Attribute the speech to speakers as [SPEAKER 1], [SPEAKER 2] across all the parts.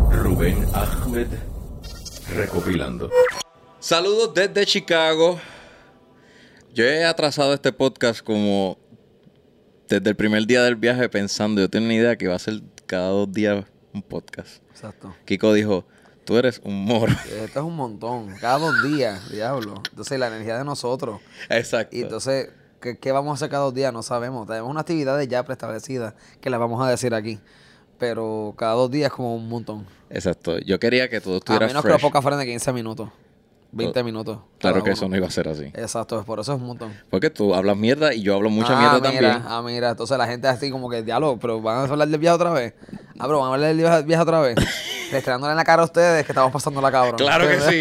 [SPEAKER 1] Rubén Ahmed recopilando.
[SPEAKER 2] Saludos desde Chicago. Yo he atrasado este podcast como desde el primer día del viaje pensando. Yo tenía una idea que va a ser cada dos días un podcast.
[SPEAKER 3] Exacto. Eh,
[SPEAKER 2] Kiko dijo, tú eres un moro.
[SPEAKER 3] Esto es un montón. Cada dos días, diablo. Entonces, la energía de nosotros.
[SPEAKER 2] Exacto.
[SPEAKER 3] Y entonces, ¿qué, qué vamos a hacer cada dos días? No sabemos. Tenemos unas actividades ya preestablecidas que las vamos a decir aquí. Pero cada dos días es como un montón.
[SPEAKER 2] Exacto. Yo quería que todo
[SPEAKER 3] A
[SPEAKER 2] estuviera
[SPEAKER 3] menos que la
[SPEAKER 2] fresh.
[SPEAKER 3] poca fueran de 15 minutos. 20
[SPEAKER 2] Oh,
[SPEAKER 3] minutos.
[SPEAKER 2] Claro
[SPEAKER 3] cada
[SPEAKER 2] que
[SPEAKER 3] uno.
[SPEAKER 2] eso no iba a ser así.
[SPEAKER 3] Exacto, por eso es un montón.
[SPEAKER 2] Porque tú hablas mierda y yo hablo mucha
[SPEAKER 3] Ah,
[SPEAKER 2] mierda
[SPEAKER 3] mira,
[SPEAKER 2] también.
[SPEAKER 3] Ah, mira, entonces la gente así como que diálogo, pero van a hablar del viaje otra vez. Ah, pero van a hablar del viaje, viaje otra vez. Restregándole en la cara a ustedes que estamos pasando la cabrón.
[SPEAKER 2] Claro que sí.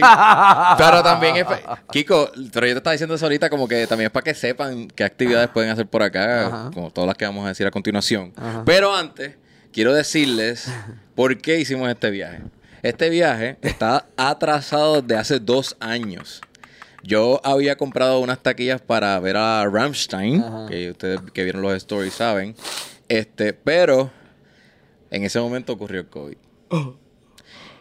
[SPEAKER 2] Pero también es. pa- Kiko, pero yo te estaba diciendo eso ahorita, como que también es para que sepan qué actividades pueden hacer por acá,
[SPEAKER 3] Ajá.
[SPEAKER 2] como todas las que vamos a decir a continuación.
[SPEAKER 3] Ajá.
[SPEAKER 2] Pero antes, quiero decirles por qué hicimos este viaje. Este viaje está atrasado desde hace dos años. Yo había comprado unas taquillas para ver a Rammstein,
[SPEAKER 3] Ajá.
[SPEAKER 2] que ustedes que vieron los stories saben. Este, pero en ese momento ocurrió el COVID.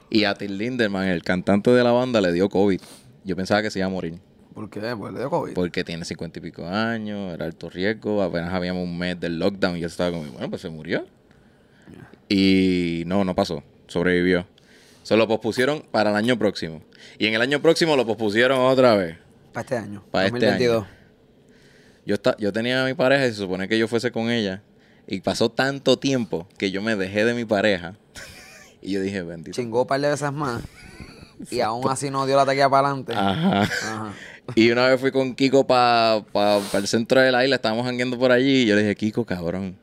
[SPEAKER 2] Y a Till Lindemann, el cantante de la banda, le dio COVID. Yo pensaba que se iba a morir.
[SPEAKER 3] ¿Por qué? Pues le dio COVID.
[SPEAKER 2] Porque tiene cincuenta y pico años, era alto riesgo, apenas habíamos un mes del lockdown y yo estaba como, bueno, pues se murió. Y no, no pasó, sobrevivió. Se lo pospusieron para el año próximo. Y en el año próximo lo pospusieron otra vez.
[SPEAKER 3] Para este año.
[SPEAKER 2] Para este
[SPEAKER 3] 2022.
[SPEAKER 2] Yo, esta- yo tenía a mi pareja y se supone que yo fuese con ella. Y pasó tanto tiempo que yo me dejé de mi pareja. y yo dije, bendito.
[SPEAKER 3] Chingó un par de veces más. y aún así no dio la taquilla para adelante.
[SPEAKER 2] Ajá.
[SPEAKER 3] Este. Ajá.
[SPEAKER 2] Y una vez fui con Kiko para el centro de la isla, estábamos jangueando por allí y yo le dije, Kiko, cabrón,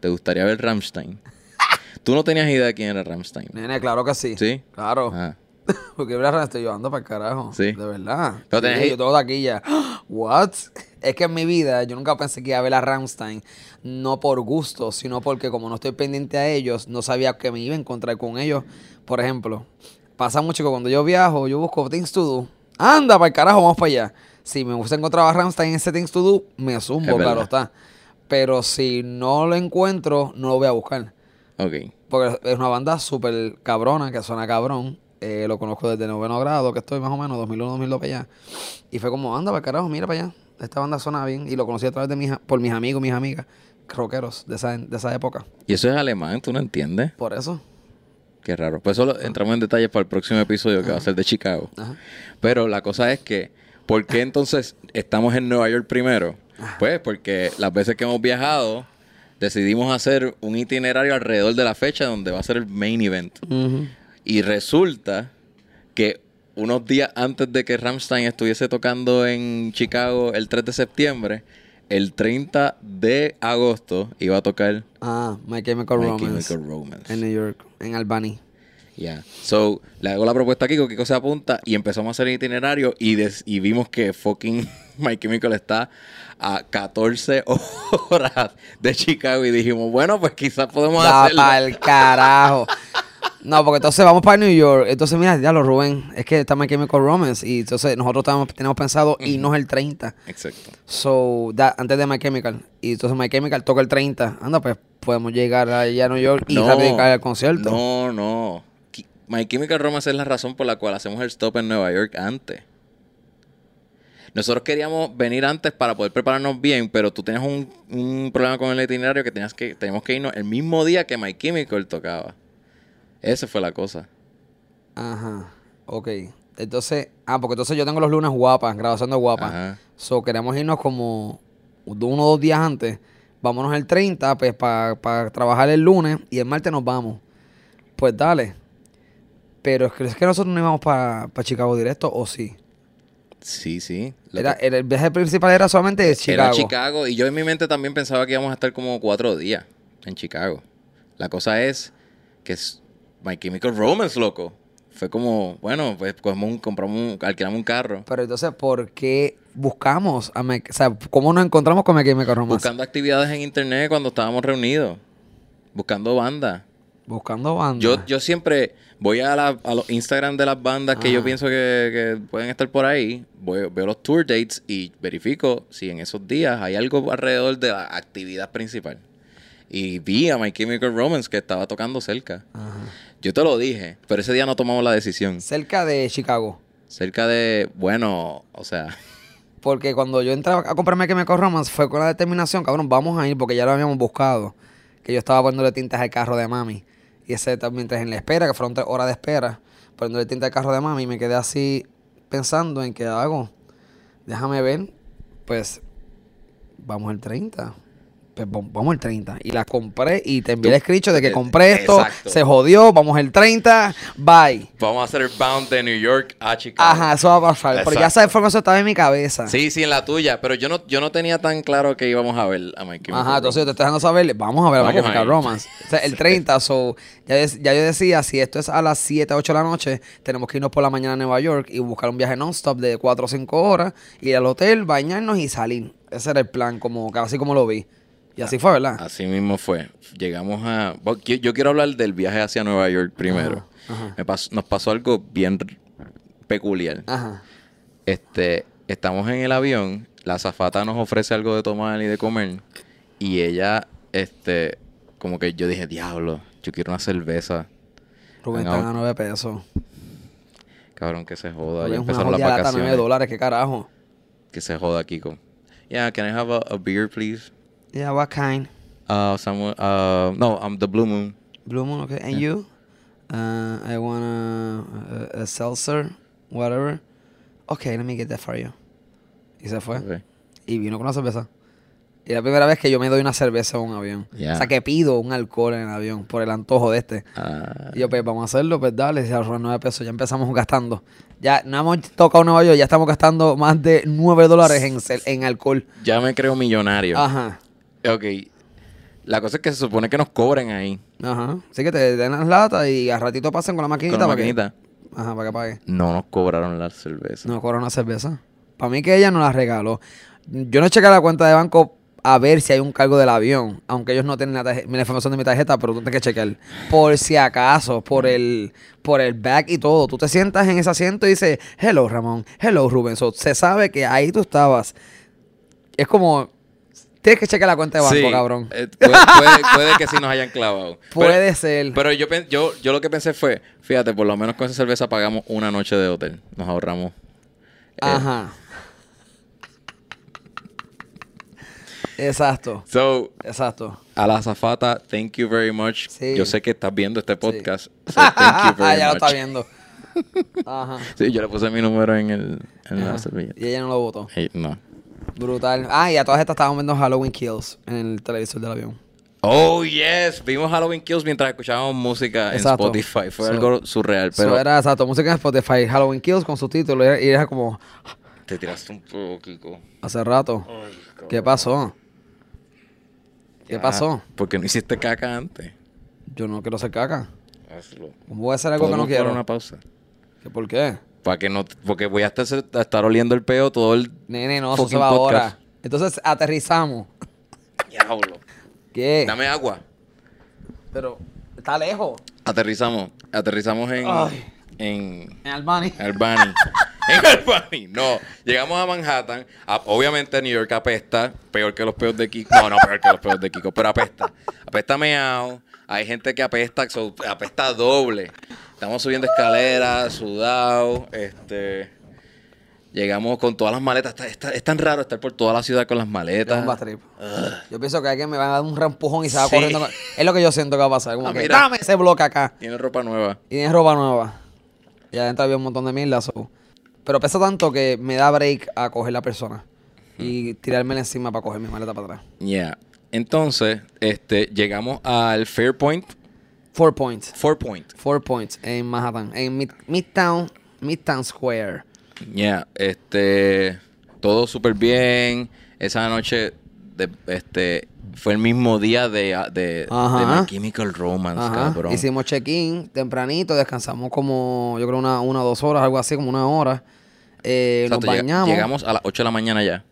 [SPEAKER 2] ¿te gustaría ver Rammstein? Tú no tenías idea de quién era Rammstein.
[SPEAKER 3] Nene, claro que sí.
[SPEAKER 2] ¿Sí?
[SPEAKER 3] Claro.
[SPEAKER 2] Ajá.
[SPEAKER 3] Porque ahora estoy llevando para el carajo.
[SPEAKER 2] Sí.
[SPEAKER 3] De verdad.
[SPEAKER 2] Pero tenés
[SPEAKER 3] Sí,
[SPEAKER 2] ahí-
[SPEAKER 3] Yo tengo taquilla. What? Es que en mi vida yo nunca pensé que iba a ver a Rammstein. No por gusto, sino porque como no estoy pendiente a ellos, no sabía que me iba a encontrar con ellos. Por ejemplo, pasa mucho que cuando yo viajo, yo busco Things to Do. Anda, para el carajo, vamos para allá. Si me gusta encontrar a Rammstein en ese Things to Do, me zumbo,
[SPEAKER 2] Es verdad.
[SPEAKER 3] claro está. Pero si no lo encuentro, no lo voy a buscar.
[SPEAKER 2] Ok.
[SPEAKER 3] Porque es una banda súper cabrona, que suena cabrón. Eh, lo conozco desde noveno grado, que estoy más o menos, 2001, 2002 para allá. Y fue como, anda, para carajo, mira para allá. Esta banda suena bien. Y lo conocí a través de mis, a- por mis amigos, mis amigas, rockeros de esa, de esa época.
[SPEAKER 2] Y eso es alemán, ¿tú no entiendes?
[SPEAKER 3] Por eso.
[SPEAKER 2] Qué raro. Pues eso lo- entramos en detalles para el próximo episodio que va a ser de Chicago.
[SPEAKER 3] Ajá.
[SPEAKER 2] Pero la cosa es que, ¿por qué entonces estamos en Nueva York primero? Pues porque las veces que hemos viajado, decidimos hacer un itinerario alrededor de la fecha donde va a ser el main event. Y resulta que unos días antes de que Rammstein estuviese tocando en Chicago el 3 de septiembre, el 30 de agosto iba a tocar
[SPEAKER 3] Ah, My Chemical
[SPEAKER 2] My
[SPEAKER 3] Romance.
[SPEAKER 2] Chemical Romance.
[SPEAKER 3] En New York, en Albany.
[SPEAKER 2] Ya. So, le hago la propuesta a Kiko, Kiko se apunta y empezamos a hacer el itinerario y, des- y vimos que fucking My Chemical está a 14 horas de Chicago y dijimos, bueno, pues quizás podemos
[SPEAKER 3] Da
[SPEAKER 2] hacerlo.
[SPEAKER 3] para el carajo. No, porque entonces vamos para New York. Entonces, mira, ya lo Rubén, es que está My Chemical Romance. Y entonces nosotros estábamos- teníamos pensado irnos el 30.
[SPEAKER 2] Exacto.
[SPEAKER 3] So, da- antes de My Chemical. Y entonces My Chemical toca el 30. Anda, pues podemos llegar allá a New York y radicar el concierto.
[SPEAKER 2] No, no. Ki- My Chemical Romance es la razón por la cual hacemos el stop en Nueva York antes. Nosotros queríamos venir antes para poder prepararnos bien, pero tú tenías un, un problema con el itinerario que tenías que teníamos que irnos el mismo día que My Chemical tocaba. Esa fue la cosa.
[SPEAKER 3] Ajá. Ok. Entonces, ah, porque entonces yo tengo los lunes guapas, grabación de guapas.
[SPEAKER 2] Ajá.
[SPEAKER 3] So, queremos irnos como de uno o dos días antes. Vámonos el 30, pues, para trabajar el lunes y el martes nos vamos. Pues dale. Pero es que, es que nosotros no íbamos para Chicago directo, ¿o sí?
[SPEAKER 2] Sí, sí. Lo
[SPEAKER 3] Era,
[SPEAKER 2] que-
[SPEAKER 3] era- el viaje principal era solamente de
[SPEAKER 2] era
[SPEAKER 3] Chicago.
[SPEAKER 2] Chicago. Y yo en mi mente también pensaba que íbamos a estar como cuatro días en Chicago. La cosa es que es My Chemical Romance, loco. Fue como, bueno, pues cogemos un- compramos un, alquilamos un carro.
[SPEAKER 3] Pero entonces, ¿por qué buscamos a Me- O sea, ¿cómo nos encontramos con My Chemical Romance?
[SPEAKER 2] Buscando actividades en internet cuando estábamos reunidos. Buscando bandas.
[SPEAKER 3] Buscando bandas.
[SPEAKER 2] Yo, yo siempre voy a, la- a los Instagram de las bandas que yo
[SPEAKER 3] Ah.
[SPEAKER 2] pienso que, que pueden estar por ahí, voy- veo los tour dates y verifico si en esos días hay algo alrededor de la actividad principal. y vi a My Chemical Romance que estaba tocando cerca.
[SPEAKER 3] Ah.
[SPEAKER 2] Yo te lo dije, pero ese día no tomamos la decisión.
[SPEAKER 3] Cerca de Chicago.
[SPEAKER 2] Cerca de, bueno, o sea,
[SPEAKER 3] Porque cuando yo entraba a comprarme que me Romance fue con la determinación, cabrón, vamos a ir porque ya lo habíamos buscado. Que yo estaba poniéndole tintas al carro de mami. Y ese también, mientras en la espera, que fueron tres horas de espera, poniéndole tinta al carro de mami, me quedé así pensando en qué hago. Déjame ver. Pues vamos el 30. Pues vam- vamos el 30. Y la compré y te envié el escrito de que
[SPEAKER 2] Eh,
[SPEAKER 3] compré esto,
[SPEAKER 2] exacto.
[SPEAKER 3] se jodió, vamos el 30, bye.
[SPEAKER 2] vamos a hacer el bound de New York a Chicago.
[SPEAKER 3] Ajá, eso va a pasar. Pero ya
[SPEAKER 2] Exacto.
[SPEAKER 3] esa información estaba en mi cabeza.
[SPEAKER 2] Sí, sí, en la tuya, pero yo no, yo no tenía tan claro que íbamos a ver a My Chemical
[SPEAKER 3] Ajá, entonces
[SPEAKER 2] Romance.
[SPEAKER 3] yo te estoy dejando saber, vamos a ver
[SPEAKER 2] Vamos
[SPEAKER 3] vamos a
[SPEAKER 2] ahí.
[SPEAKER 3] Romance. O sea, el 30, so, ya, des- ya yo decía, si esto es a las 7, 8 de la noche, tenemos que irnos por la mañana a Nueva York y buscar un viaje non-stop de 4 o 5 horas, ir al hotel, bañarnos y salir. Ese era el plan, como así como lo vi. Y así fue, ¿verdad?
[SPEAKER 2] Así mismo fue. Llegamos a... bueno, Yo, yo quiero hablar del viaje hacia Nueva York primero. Me pas- nos pasó algo bien r- peculiar.
[SPEAKER 3] Ajá.
[SPEAKER 2] Este, estamos en el avión, la azafata nos ofrece algo de tomar y de comer, y ella, este, como que yo dije, diablo, yo quiero una cerveza.
[SPEAKER 3] Rubén
[SPEAKER 2] Venga,
[SPEAKER 3] están a 9 pesos.
[SPEAKER 2] Cabrón, que se joda.
[SPEAKER 3] Rubén,
[SPEAKER 2] pues, Ya
[SPEAKER 3] es una
[SPEAKER 2] empezaron las
[SPEAKER 3] jodida lata, 9
[SPEAKER 2] vacaciones.
[SPEAKER 3] dólares, qué carajo.
[SPEAKER 2] Que se joda, Kiko. Yeah, can I have a, a beer, please?
[SPEAKER 3] Yeah, what kind?
[SPEAKER 2] Uh, someone, uh, no, I'm the Blue Moon.
[SPEAKER 3] Blue Moon, okay. And you? Uh, I want a, a, a seltzer, whatever. Okay, let me get that for you. Y se fue.
[SPEAKER 2] Ok.
[SPEAKER 3] Y vino con una cerveza. Y la primera vez que yo me doy una cerveza en un avión.
[SPEAKER 2] Ya.
[SPEAKER 3] O sea, que pido un alcohol en el avión por el antojo de este.
[SPEAKER 2] Ah,
[SPEAKER 3] Y yo, pues vamos a hacerlo, pues dale, se ahorró 9 pesos, ya empezamos gastando. Ya no hemos tocado Nueva York, ya estamos gastando más de 9 dólares en, cel- en alcohol.
[SPEAKER 2] ya me creo millonario.
[SPEAKER 3] Ajá,
[SPEAKER 2] Ok. La cosa es que se supone que nos cobren ahí.
[SPEAKER 3] ajá. Así que te den las latas y a ratito pasen con la maquinita.
[SPEAKER 2] Con la
[SPEAKER 3] para que-
[SPEAKER 2] maquinita.
[SPEAKER 3] ajá, para que pague.
[SPEAKER 2] No nos cobraron la cerveza.
[SPEAKER 3] No cobra una cerveza. Para mí que ella no la regaló. Yo no chequé la cuenta de banco a ver si hay un cargo del avión. Aunque ellos no tienen la, tarje- la información de mi tarjeta, pero tú tienes que chequear. Por si acaso, por el, por el back y todo. Tú te sientas en ese asiento y dices, hello Ramón, hello Rubén. So, se sabe que ahí tú estabas. Es como, tienes que chequear la cuenta de banco,
[SPEAKER 2] Sí,
[SPEAKER 3] cabrón.
[SPEAKER 2] eh, puede, puede- puede que sí nos hayan clavado.
[SPEAKER 3] Puede
[SPEAKER 2] Pero-
[SPEAKER 3] ser.
[SPEAKER 2] Pero yo, pen- yo, yo lo que pensé fue, fíjate, por lo menos con esa cerveza pagamos una noche de hotel. Nos ahorramos. eh.
[SPEAKER 3] Ajá. Exacto,
[SPEAKER 2] So,
[SPEAKER 3] exacto.
[SPEAKER 2] a la azafata, thank you very much.
[SPEAKER 3] Sí.
[SPEAKER 2] Yo sé que estás viendo este podcast. so thank you
[SPEAKER 3] Ah,
[SPEAKER 2] very
[SPEAKER 3] ya lo
[SPEAKER 2] much.
[SPEAKER 3] está viendo. Ajá.
[SPEAKER 2] Sí, yo le puse mi número en, el, en la
[SPEAKER 3] Ajá.
[SPEAKER 2] servilleta.
[SPEAKER 3] Y ella no lo votó.
[SPEAKER 2] Eh, no.
[SPEAKER 3] Brutal. Ah, y a todas estas estábamos viendo Halloween Kills en el televisor del avión.
[SPEAKER 2] Oh, yes. Vimos Halloween Kills mientras escuchábamos música
[SPEAKER 3] Exacto.
[SPEAKER 2] en Spotify. Fue
[SPEAKER 3] So-
[SPEAKER 2] algo surreal,
[SPEAKER 3] Pero
[SPEAKER 2] pero
[SPEAKER 3] era exacto, música en Spotify, Halloween Kills con su título. Y era- y era como,
[SPEAKER 2] te tiraste un poco, Kiko.
[SPEAKER 3] hace rato. ¿Qué pasó? ¿Qué
[SPEAKER 2] Ah,
[SPEAKER 3] pasó?
[SPEAKER 2] Porque no hiciste caca antes.
[SPEAKER 3] Yo no quiero ser caca.
[SPEAKER 2] Hazlo.
[SPEAKER 3] ¿Cómo voy a hacer algo que no
[SPEAKER 2] Podemos parar
[SPEAKER 3] quiero?
[SPEAKER 2] una pausa.
[SPEAKER 3] ¿Qué, ¿Por qué?
[SPEAKER 2] Para que no, porque voy a estar, a estar oliendo el peo todo el
[SPEAKER 3] Nene, no, eso se
[SPEAKER 2] Fucking
[SPEAKER 3] va
[SPEAKER 2] podcast.
[SPEAKER 3] ahora. Entonces aterrizamos.
[SPEAKER 2] diablo.
[SPEAKER 3] ¿Qué?
[SPEAKER 2] Dame agua.
[SPEAKER 3] Pero está lejos.
[SPEAKER 2] Aterrizamos. Aterrizamos en.
[SPEAKER 3] Ay.
[SPEAKER 2] En.
[SPEAKER 3] En Albany.
[SPEAKER 2] Albany. en Albany. No. Llegamos a Manhattan. A- obviamente New York apesta. Peor que los peos de Kiko. No, no, peor que los peos de Kiko. Pero apesta. Apesta meao. Hay gente que apesta. so- apesta doble. Estamos subiendo escaleras, sudado. Este. Llegamos con todas las maletas. Está- está- es tan raro estar por toda la ciudad con las
[SPEAKER 3] Es
[SPEAKER 2] maletas.
[SPEAKER 3] un bad trip. Yo pienso que alguien me va a dar un rampujón y se va
[SPEAKER 2] Sí.
[SPEAKER 3] corriendo. con- Es lo que yo siento que va a pasar. Como
[SPEAKER 2] Ah,
[SPEAKER 3] que,
[SPEAKER 2] mira.
[SPEAKER 3] dame ese bloque acá.
[SPEAKER 2] Tiene ropa nueva.
[SPEAKER 3] Y tienes ropa nueva. Y adentro había un montón de mierda. so. Pero pesa tanto que me da break a coger la persona. Y tirármela encima para coger mi maleta para atrás.
[SPEAKER 2] Yeah. Entonces, este, llegamos al Fairpoint.
[SPEAKER 3] Four points.
[SPEAKER 2] Four Point.
[SPEAKER 3] Four points en Manhattan. En Mid- Midtown, Midtown Square.
[SPEAKER 2] Yeah. Este, todo súper bien. Esa noche, de- este, fue el mismo día de, de,
[SPEAKER 3] Ajá.
[SPEAKER 2] de My Chemical Romance,
[SPEAKER 3] Ajá.
[SPEAKER 2] cabrón.
[SPEAKER 3] Hicimos check-in tempranito. Descansamos como, yo creo, una, una o dos horas, algo así, como una hora. Eh,
[SPEAKER 2] Exacto,
[SPEAKER 3] nos
[SPEAKER 2] lleg-
[SPEAKER 3] bañamos.
[SPEAKER 2] Llegamos a las 8 de la mañana ya.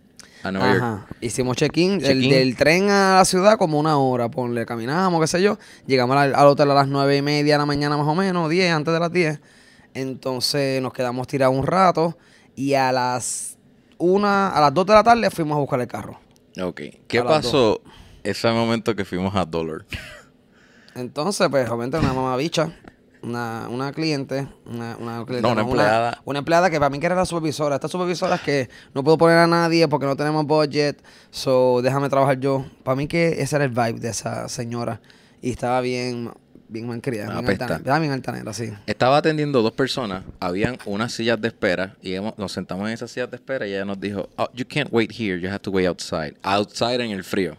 [SPEAKER 2] A Nueva York.
[SPEAKER 3] Ajá. Hicimos check-in del-
[SPEAKER 2] Check-in.
[SPEAKER 3] del tren a la ciudad como una hora, ponle, caminábamos, qué sé yo. Llegamos al, al hotel a las nueve y media de la mañana más o menos, 10, antes de las 10. Entonces nos quedamos tirados un rato y a las una, a las 2 de la tarde fuimos a buscar el carro.
[SPEAKER 2] Ok. ¿Qué
[SPEAKER 3] A las
[SPEAKER 2] pasó ese momento que fuimos a Dollar.
[SPEAKER 3] Entonces, pues, obviamente, una mamabicha, una, una cliente, una, una cliente,
[SPEAKER 2] No, una empleada.
[SPEAKER 3] Una empleada que para mí que era la supervisora. Estas supervisoras que no puedo poner a nadie porque no tenemos budget, so déjame trabajar yo. Para mí que ese era el vibe de esa señora. Y estaba bien, bien malcriada,
[SPEAKER 2] Una
[SPEAKER 3] bien
[SPEAKER 2] pesta.
[SPEAKER 3] altanera, estaba bien altanera, sí.
[SPEAKER 2] Estaba atendiendo dos personas, habían unas sillas de espera y hemos- nos sentamos en esas sillas de espera y ella nos dijo, "Oh, you can't wait here, you have to wait outside. Outside en el frío.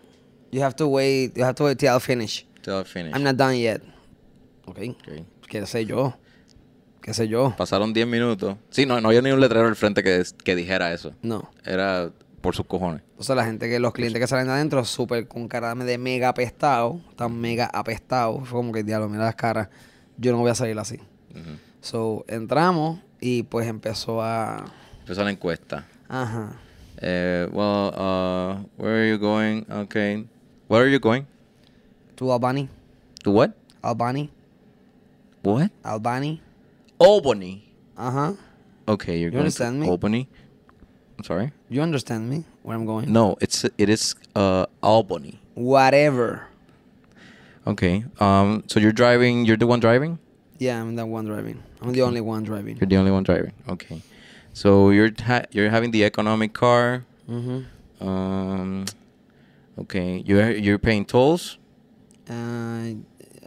[SPEAKER 3] You have to wait, you have to wait till I finish.
[SPEAKER 2] Till I finish.
[SPEAKER 3] I'm not done yet. Ok.
[SPEAKER 2] Ok.
[SPEAKER 3] ¿Qué sé yo? ¿Qué sé yo?
[SPEAKER 2] Pasaron 10 minutos. Sí, no, no había ni un letrero al frente que, que dijera eso.
[SPEAKER 3] No.
[SPEAKER 2] Era por sus cojones.
[SPEAKER 3] O sea, la gente que, los clientes que salen de adentro, súper con cara de mega apestado, tan mega apestado. Fue como que, diablo, mira las caras, yo no voy a salir así. So, entramos y pues empezó a.
[SPEAKER 2] Empezó la encuesta.
[SPEAKER 3] Ajá.
[SPEAKER 2] Eh, well, uh, where are you going? Okay. Where are you going?
[SPEAKER 3] To Albany,
[SPEAKER 2] To what?
[SPEAKER 3] Albany,
[SPEAKER 2] What?
[SPEAKER 3] Albany.
[SPEAKER 2] Albany.
[SPEAKER 3] Ajá.
[SPEAKER 2] Okay, you're
[SPEAKER 3] You
[SPEAKER 2] going
[SPEAKER 3] understand
[SPEAKER 2] to
[SPEAKER 3] me?
[SPEAKER 2] Albany. I'm sorry.
[SPEAKER 3] You understand me? Where I'm going?
[SPEAKER 2] No, it's it is uh, Albany.
[SPEAKER 3] Whatever.
[SPEAKER 2] Okay. Um. So you're driving. You're the one driving.
[SPEAKER 3] Yeah, I'm the one driving. I'm the only one driving.
[SPEAKER 2] You're the only one driving. Okay. So you're ha- you're having the economic car.
[SPEAKER 3] Mhm.
[SPEAKER 2] Um. Okay. You're you're paying tolls.
[SPEAKER 3] Uh,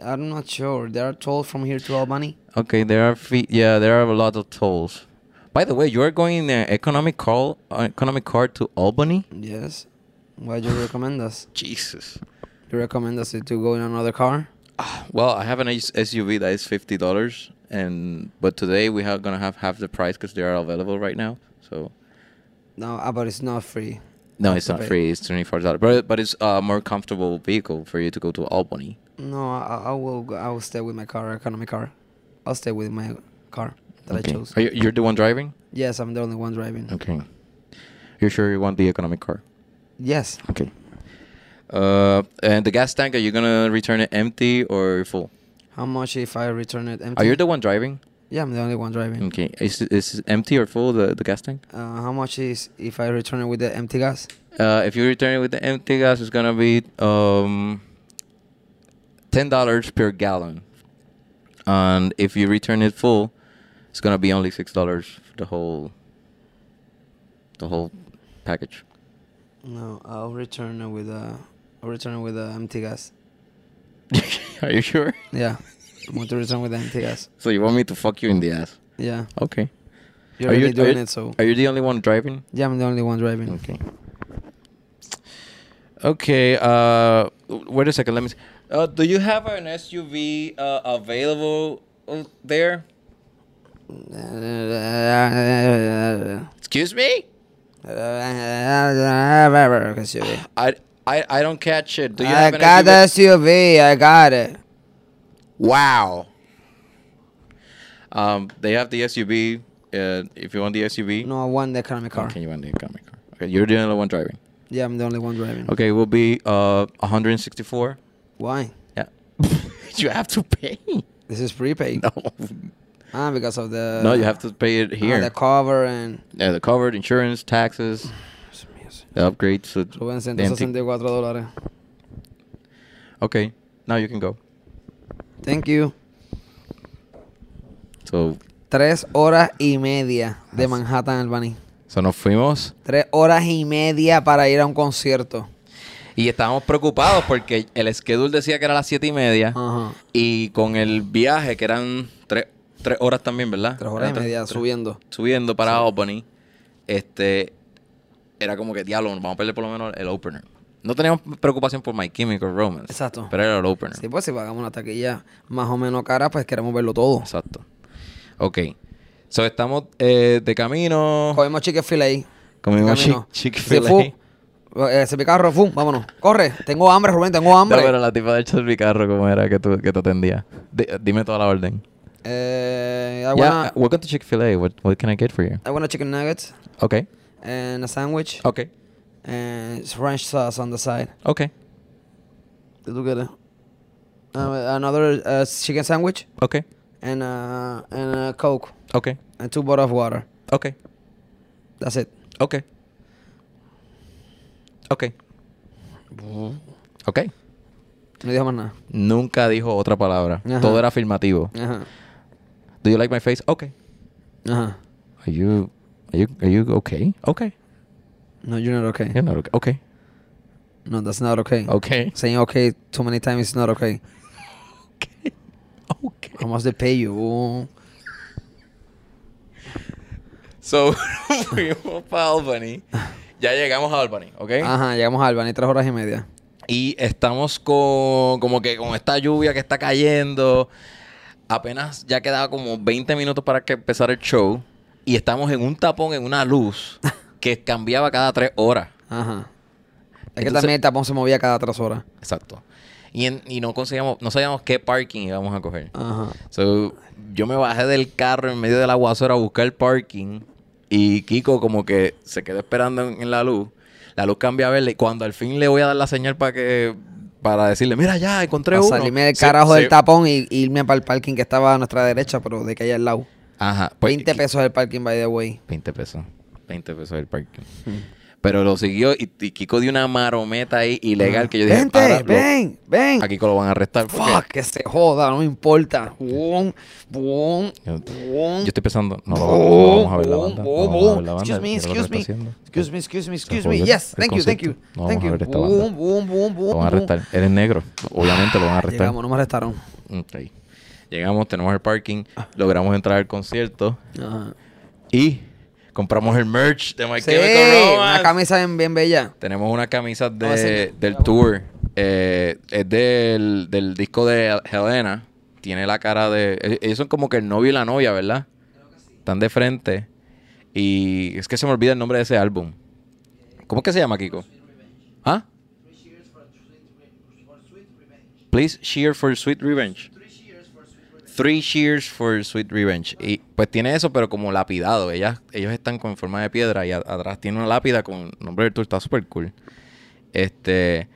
[SPEAKER 3] I'm not sure. They are told from here to Albany.
[SPEAKER 2] Okay. There are fee- Yeah. There are a lot of tolls. By the way, you are going in an economic car uh, economic car to Albany.
[SPEAKER 3] Yes. Why do you recommend us?
[SPEAKER 2] Jesus.
[SPEAKER 3] You recommend us to go in another car?
[SPEAKER 2] Ah, Well, I have an S- SUV that is fifty dollars, and but today we are gonna have half the price because they are available right now. So
[SPEAKER 3] No, ah, but it's not free.
[SPEAKER 2] no, it's
[SPEAKER 3] to
[SPEAKER 2] not
[SPEAKER 3] pay.
[SPEAKER 2] free. It's twenty four dollars, but but it's a more comfortable vehicle for you to go to Albany.
[SPEAKER 3] No, I, I will. Go, I will stay with my car, economy car. I'll stay with my car that
[SPEAKER 2] okay.
[SPEAKER 3] I chose.
[SPEAKER 2] Are you, you're the one driving.
[SPEAKER 3] Yes, I'm the only one driving.
[SPEAKER 2] Okay. You're sure you want the economic car?
[SPEAKER 3] Yes,
[SPEAKER 2] Okay. Uh, and the gas tank, are you gonna return it empty or full?
[SPEAKER 3] how much if I return it empty?
[SPEAKER 2] Are you the one driving?
[SPEAKER 3] Yeah, I'm the only one driving.
[SPEAKER 2] Okay. Is is it empty or full the the gas tank?
[SPEAKER 3] Uh, how much is if I return it with the empty gas?
[SPEAKER 2] Uh, if you return it with the empty gas, it's gonna be um, ten dollars per gallon, and if you return it full, it's gonna be only six dollars the whole the whole package.
[SPEAKER 3] No, I'll return it with a. I'll return it with the empty gas.
[SPEAKER 2] Are you sure?
[SPEAKER 3] Yeah, I'm going to return with the empty gas.
[SPEAKER 2] So you want me to fuck you in the ass?
[SPEAKER 3] Yeah,
[SPEAKER 2] Okay.
[SPEAKER 3] you're
[SPEAKER 2] Are you-
[SPEAKER 3] already doing
[SPEAKER 2] are-
[SPEAKER 3] it, so
[SPEAKER 2] Are you the only one driving?
[SPEAKER 3] yeah, I'm the only one driving.
[SPEAKER 2] Okay. Okay. Uh, wait a second. Let me. s- Uh, do you have an SUV uh, available uh, there? Excuse me?
[SPEAKER 3] SUV.
[SPEAKER 2] I, I, I don't catch it. Do you
[SPEAKER 3] I
[SPEAKER 2] have an
[SPEAKER 3] got the
[SPEAKER 2] SUV?
[SPEAKER 3] SUV. I got it.
[SPEAKER 2] Wow. Um, they have the SUV. Uh, if you want the SUV,
[SPEAKER 3] No, I want the economic car.
[SPEAKER 2] okay, you want the economic car. Okay, you're the only one driving.
[SPEAKER 3] Yeah, I'm the only one driving.
[SPEAKER 2] Okay, it will be uh 164.
[SPEAKER 3] Why?
[SPEAKER 2] Yeah. you have to pay.
[SPEAKER 3] This is prepaid.
[SPEAKER 2] No.
[SPEAKER 3] Ah, because of the
[SPEAKER 2] no, you have to pay it
[SPEAKER 3] ah,
[SPEAKER 2] here.
[SPEAKER 3] the cover and.
[SPEAKER 2] yeah, Uh, the covered insurance, taxes, the upgrades. uh, The,
[SPEAKER 3] Suben
[SPEAKER 2] the empty-
[SPEAKER 3] 164 dólares.
[SPEAKER 2] okay, now you can go.
[SPEAKER 3] Thank you.
[SPEAKER 2] So,
[SPEAKER 3] Tres horas y media de Manhattan, Albany.
[SPEAKER 2] so nos fuimos.
[SPEAKER 3] Tres horas y media para ir a un concierto.
[SPEAKER 2] Y estábamos preocupados porque el schedule decía que era a las siete y media.
[SPEAKER 3] Ajá.
[SPEAKER 2] Y con el viaje, que eran tres, tres horas también, ¿verdad?
[SPEAKER 3] Tres horas
[SPEAKER 2] Eran
[SPEAKER 3] y media subiendo.
[SPEAKER 2] Subiendo para Albany, este, era como que, diablo, vamos a perder por lo menos el opener. No teníamos preocupación por My Chemical Romance.
[SPEAKER 3] Exacto.
[SPEAKER 2] Pero era el opener.
[SPEAKER 3] Sí, pues si pagamos una taquilla más o menos cara, pues queremos verlo todo.
[SPEAKER 2] Exacto. Ok. So, estamos eh, de camino.
[SPEAKER 3] Comimos chicken filet.
[SPEAKER 2] Comimos
[SPEAKER 3] Camino.
[SPEAKER 2] chick-
[SPEAKER 3] Se
[SPEAKER 2] Chick-fil-A.
[SPEAKER 3] fu. Eh, se mi carro, fu, vámonos. Corre, tengo hambre, Rubén, tengo
[SPEAKER 2] No,
[SPEAKER 3] hambre.
[SPEAKER 2] pero la tipa del Chorbicarro, ¿cómo era que, tú, que te atendía? Di- dime toda la orden.
[SPEAKER 3] Eh, I,
[SPEAKER 2] Yeah,
[SPEAKER 3] wanna,
[SPEAKER 2] welcome to Chick-fil-A. What, what can I get for you?
[SPEAKER 3] I wanna chicken nuggets
[SPEAKER 2] Okay.
[SPEAKER 3] and a sandwich
[SPEAKER 2] Okay.
[SPEAKER 3] and Eh, French sauce on the side.
[SPEAKER 2] Okay.
[SPEAKER 3] Did you get it? Um, another uh, chicken sandwich
[SPEAKER 2] Okay.
[SPEAKER 3] and uh, and a coke
[SPEAKER 2] Okay.
[SPEAKER 3] and two bottles of water.
[SPEAKER 2] Okay.
[SPEAKER 3] That's it.
[SPEAKER 2] Okay. Okay. Ok.
[SPEAKER 3] No dijo más nada.
[SPEAKER 2] Nunca dijo otra palabra.
[SPEAKER 3] Ajá.
[SPEAKER 2] Todo era afirmativo.
[SPEAKER 3] Ajá.
[SPEAKER 2] Do you like my face? Okay.
[SPEAKER 3] Ajá.
[SPEAKER 2] Are you, are you, are you okay? Okay.
[SPEAKER 3] No, you're not okay.
[SPEAKER 2] You're not okay. Okay.
[SPEAKER 3] No, that's not okay.
[SPEAKER 2] Okay.
[SPEAKER 3] Saying okay too many times is not okay.
[SPEAKER 2] Okay.
[SPEAKER 3] How much they pay you?
[SPEAKER 2] So, fuimos para Albany. Ya llegamos a Albany, ¿ok?
[SPEAKER 3] Ajá, llegamos a Albany tres horas y media.
[SPEAKER 2] Y estamos con, como que con esta lluvia que está cayendo. Apenas ya quedaba como 20 minutos para que empezara el show. Y estamos en un tapón, en una luz que cambiaba cada tres horas.
[SPEAKER 3] Ajá. Es que
[SPEAKER 2] Entonces-
[SPEAKER 3] también el tapón se movía cada tres horas.
[SPEAKER 2] Exacto. Y, en- y no conseguíamos, no sabíamos qué parking íbamos a coger.
[SPEAKER 3] Ajá.
[SPEAKER 2] So, yo me bajé del carro en medio del aguacero a buscar el parking. Y Kiko como que se quedó esperando en, en la luz. La luz cambia a verle. Cuando al fin le voy a dar la señal para que... Para decirle, mira ya, encontré
[SPEAKER 3] Para
[SPEAKER 2] uno.
[SPEAKER 3] salirme del
[SPEAKER 2] Se-
[SPEAKER 3] carajo
[SPEAKER 2] se-
[SPEAKER 3] del tapón y y irme para el parking que estaba a nuestra derecha, pero de que allá al lado.
[SPEAKER 2] Ajá. pues,
[SPEAKER 3] 20
[SPEAKER 2] Ki-
[SPEAKER 3] pesos el parking, by the way.
[SPEAKER 2] 20 pesos. 20 pesos el parking. Pero lo siguió y, y Kiko dio una marometa ahí ilegal que yo dije, "Ahora
[SPEAKER 3] Vente,
[SPEAKER 2] lo-
[SPEAKER 3] ven, ven.
[SPEAKER 2] a Kiko lo van a arrestar. porque
[SPEAKER 3] Fuck, que se joda, no me importa. Boom, boom,
[SPEAKER 2] Yo-
[SPEAKER 3] boom.
[SPEAKER 2] Yo estoy pensando, no, lo- no
[SPEAKER 3] Boom,
[SPEAKER 2] vamos a ver la
[SPEAKER 3] boom,
[SPEAKER 2] banda.
[SPEAKER 3] boom,
[SPEAKER 2] no vamos a ver la
[SPEAKER 3] boom.
[SPEAKER 2] banda,
[SPEAKER 3] Excuse
[SPEAKER 2] mira lo
[SPEAKER 3] me,
[SPEAKER 2] que
[SPEAKER 3] excuse
[SPEAKER 2] está
[SPEAKER 3] me.
[SPEAKER 2] haciendo.
[SPEAKER 3] Excuse me, excuse me, excuse
[SPEAKER 2] jodió
[SPEAKER 3] me.
[SPEAKER 2] el-
[SPEAKER 3] Yes,
[SPEAKER 2] el
[SPEAKER 3] thank you, thank you.
[SPEAKER 2] concierto. No vamos a
[SPEAKER 3] Thank you.
[SPEAKER 2] ver esta banda.
[SPEAKER 3] Boom, boom, boom, boom.
[SPEAKER 2] Lo van a
[SPEAKER 3] boom.
[SPEAKER 2] arrestar. Eres negro. Obviamente lo van a arrestar.
[SPEAKER 3] Uh-huh. Ah, Llegamos, no me arrestaron.
[SPEAKER 2] Ok. Llegamos, tenemos el parking,
[SPEAKER 3] Ah.
[SPEAKER 2] logramos entrar al concierto
[SPEAKER 3] Ajá.
[SPEAKER 2] y compramos el merch de My
[SPEAKER 3] Sí,
[SPEAKER 2] Chemical Romance.
[SPEAKER 3] una camisa bien, bien bella.
[SPEAKER 2] Tenemos una camisa de-
[SPEAKER 3] Ah, sí.
[SPEAKER 2] del tour. eh, es del, del disco de Helena. Tiene la cara de. eh, Ellos son como que el novio y la novia, ¿verdad? Están de frente. Y es que se me olvida el nombre de ese álbum. ¿Cómo es que se llama, Kiko? ¿Ah? Please cheer for sweet revenge. Three cheers for sweet revenge. Y pues tiene eso, pero como lapidado. Ellas, ellos están con forma de piedra y a- atrás tiene una lápida con el nombre del tour. Está súper cool. Este.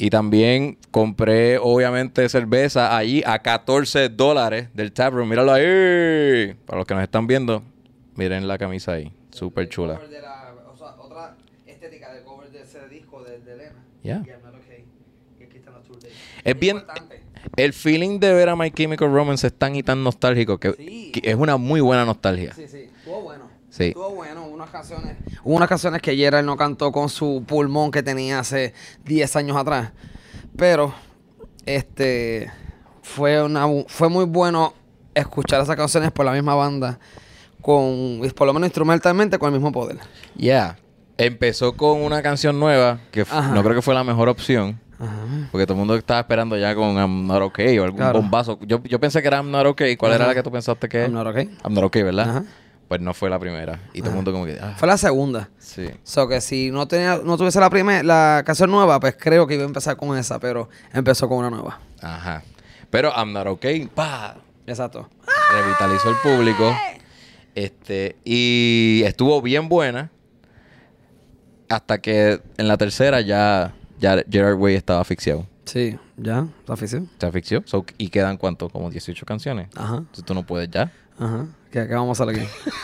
[SPEAKER 2] Y también compré, obviamente, cerveza allí a 14 dólares del taproom. Míralo ahí. Para los que nos están viendo, miren la camisa ahí. Súper chula.
[SPEAKER 3] Otra estética del cover de ese disco de Elena.
[SPEAKER 2] Yeah. Y Es bien. El feeling de ver a My Chemical Romance es tan y tan nostálgico que,
[SPEAKER 3] Sí.
[SPEAKER 2] que es una muy buena nostalgia.
[SPEAKER 3] Sí, sí, estuvo bueno.
[SPEAKER 2] Sí.
[SPEAKER 3] Estuvo bueno, unas canciones. Hubo unas canciones que Gerald no cantó con su pulmón que tenía hace 10 años atrás. Pero, este, fue, una, bu- fue muy bueno escuchar esas canciones por la misma banda. Con, por lo menos instrumentalmente, con el mismo poder.
[SPEAKER 2] Yeah. Empezó con una canción nueva que f-
[SPEAKER 3] Ajá.
[SPEAKER 2] no creo que fue la mejor opción.
[SPEAKER 3] Ajá.
[SPEAKER 2] Porque todo el mundo estaba esperando ya con I'm Not Okay o algún
[SPEAKER 3] Claro.
[SPEAKER 2] bombazo. Yo, yo pensé que era I'm Not Okay. ¿Cuál era
[SPEAKER 3] Ajá.
[SPEAKER 2] la que tú pensaste que
[SPEAKER 3] I'm not okay.
[SPEAKER 2] I'm Not Okay, ¿verdad?
[SPEAKER 3] Ajá.
[SPEAKER 2] Pues no fue la primera. Y todo el mundo como que... ah,
[SPEAKER 3] Fue la segunda.
[SPEAKER 2] sí.
[SPEAKER 3] So que si no tenía, no tuviese la primera, la canción nueva, pues creo que iba a empezar con esa, pero empezó con una nueva.
[SPEAKER 2] Ajá. Pero I'm Not Okay, pa,
[SPEAKER 3] Exacto.
[SPEAKER 2] revitalizó el público. Este, y estuvo bien buena. Hasta que en la tercera ya, ya Gerard Way estaba asfixiado.
[SPEAKER 3] Sí, ya, la afición.
[SPEAKER 2] Se asfixió. So, y quedan cuánto? Como 18 canciones.
[SPEAKER 3] Ajá.
[SPEAKER 2] Entonces tú no puedes ya.
[SPEAKER 3] Ajá. ¿Qué, qué vamos a hacer aquí?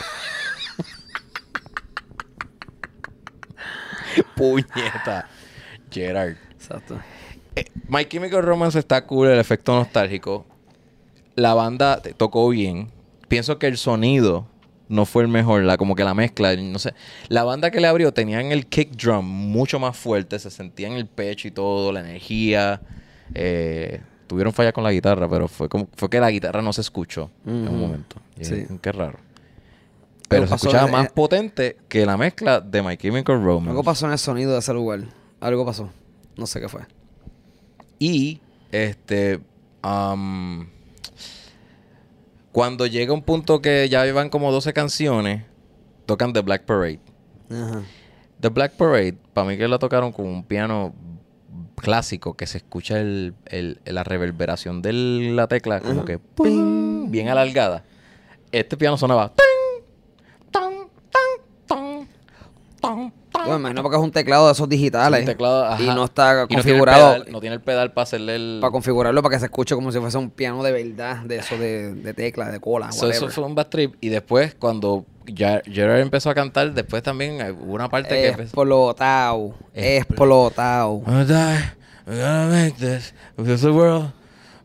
[SPEAKER 2] Puñeta. Gerard.
[SPEAKER 3] Exacto.
[SPEAKER 2] Eh, My Chemical Romance está cool, el efecto nostálgico. La banda te- tocó bien. Pienso que el sonido no fue el mejor, la, como que la mezcla, no sé. La banda que le abrió tenían el kick drum mucho más fuerte, se sentía en el pecho y todo, la energía. Eh, tuvieron fallas con la guitarra, pero fue como fue que la guitarra no se escuchó en un
[SPEAKER 3] Ujú.
[SPEAKER 2] momento. Y dije,
[SPEAKER 3] Sí.
[SPEAKER 2] Qué raro.
[SPEAKER 3] Pero
[SPEAKER 2] Pero se
[SPEAKER 3] pasó
[SPEAKER 2] escuchaba
[SPEAKER 3] de- eh
[SPEAKER 2] más potente que la mezcla de My Chemical Romance.
[SPEAKER 3] Algo pasó en el sonido de ese lugar. Algo pasó. No sé qué fue.
[SPEAKER 2] Y este. am, cuando llega un punto que ya llevan como 12 canciones, tocan The Black Parade.
[SPEAKER 3] Ajá.
[SPEAKER 2] The Black Parade, para mí que la tocaron con un piano clásico que se escucha el- el- la reverberación de la tecla como que ping, bien alargada. Este piano sonaba. ting, tan, tan, tan, tan,
[SPEAKER 3] Yo me imagino porque es un teclado de esos digitales.
[SPEAKER 2] un teclado, ajá.
[SPEAKER 3] Y no está
[SPEAKER 2] Y no tiene el
[SPEAKER 3] configurado
[SPEAKER 2] pedal- No tiene el pedal para hacerle el.
[SPEAKER 3] para configurarlo para que se escuche como si fuese un piano de verdad, de eso de, de tecla, de cola.
[SPEAKER 2] So, eso
[SPEAKER 3] Ah, whatever.
[SPEAKER 2] fue un bad trip. Y después, cuando ya Gerard empezó a cantar, después también eh, hubo una parte que empezó.
[SPEAKER 3] Explotado. Explotado.
[SPEAKER 2] I'm gonna die, We're gonna make this. Because the world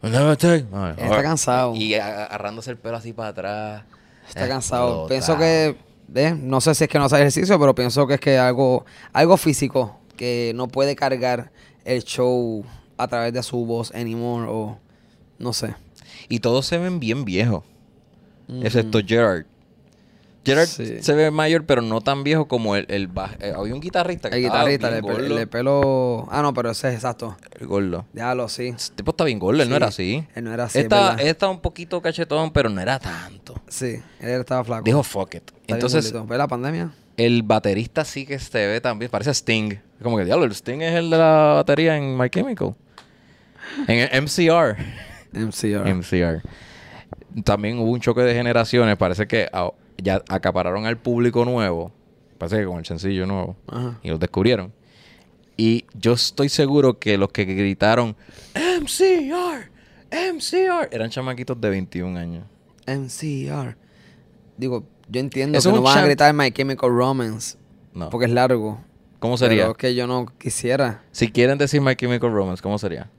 [SPEAKER 2] will never take. All right, all
[SPEAKER 3] Está
[SPEAKER 2] right.
[SPEAKER 3] cansado.
[SPEAKER 2] Y a- agarrándose el pelo así para atrás.
[SPEAKER 3] Está
[SPEAKER 2] Eh,
[SPEAKER 3] cansado.
[SPEAKER 2] Explotado.
[SPEAKER 3] Pienso que, eh, no sé si es que no hace ejercicio, pero pienso que es que algo, algo físico que no puede cargar el show a través de su voz anymore o no sé.
[SPEAKER 2] Y todos se ven bien viejos. Excepto Gerard. Gerard
[SPEAKER 3] Sí.
[SPEAKER 2] se ve mayor, pero no tan viejo como el. el baj- eh, había un guitarrista que
[SPEAKER 3] El
[SPEAKER 2] estaba
[SPEAKER 3] guitarrista,
[SPEAKER 2] bien
[SPEAKER 3] el, de pe-
[SPEAKER 2] gordo.
[SPEAKER 3] el de pelo. Ah, no, pero ese es exacto.
[SPEAKER 2] El gordo.
[SPEAKER 3] Déjalo, sí.
[SPEAKER 2] Este tipo está bien gordo, él no
[SPEAKER 3] Sí,
[SPEAKER 2] era así.
[SPEAKER 3] él no era así, es
[SPEAKER 2] Está,
[SPEAKER 3] verdad.
[SPEAKER 2] está un poquito cachetón, pero no era tanto.
[SPEAKER 3] Sí, él estaba flaco.
[SPEAKER 2] Dijo fuck it.
[SPEAKER 3] Ah, Está bien
[SPEAKER 2] Entonces,
[SPEAKER 3] gordito. ¿Ves la pandemia?
[SPEAKER 2] el baterista sí que se ve también. Parece Sting. Como que diablo, el Sting es el de la batería en My Chemical. En el MCR.
[SPEAKER 3] MCR.
[SPEAKER 2] MCR. También hubo un choque de generaciones. Parece que a- ya acapararon al público nuevo. Parece que con el sencillo nuevo.
[SPEAKER 3] Ajá.
[SPEAKER 2] Y los descubrieron. Y yo estoy seguro que los que gritaron MCR, MCR eran chamaquitos de 21 años.
[SPEAKER 3] MCR. Digo, yo entiendo
[SPEAKER 2] Eso es
[SPEAKER 3] que no
[SPEAKER 2] un
[SPEAKER 3] van a
[SPEAKER 2] chan-
[SPEAKER 3] gritar My Chemical Romance
[SPEAKER 2] No.
[SPEAKER 3] porque es largo.
[SPEAKER 2] ¿Cómo sería?
[SPEAKER 3] Pero es que yo no quisiera.
[SPEAKER 2] Si quieren decir My Chemical Romance, ¿cómo sería?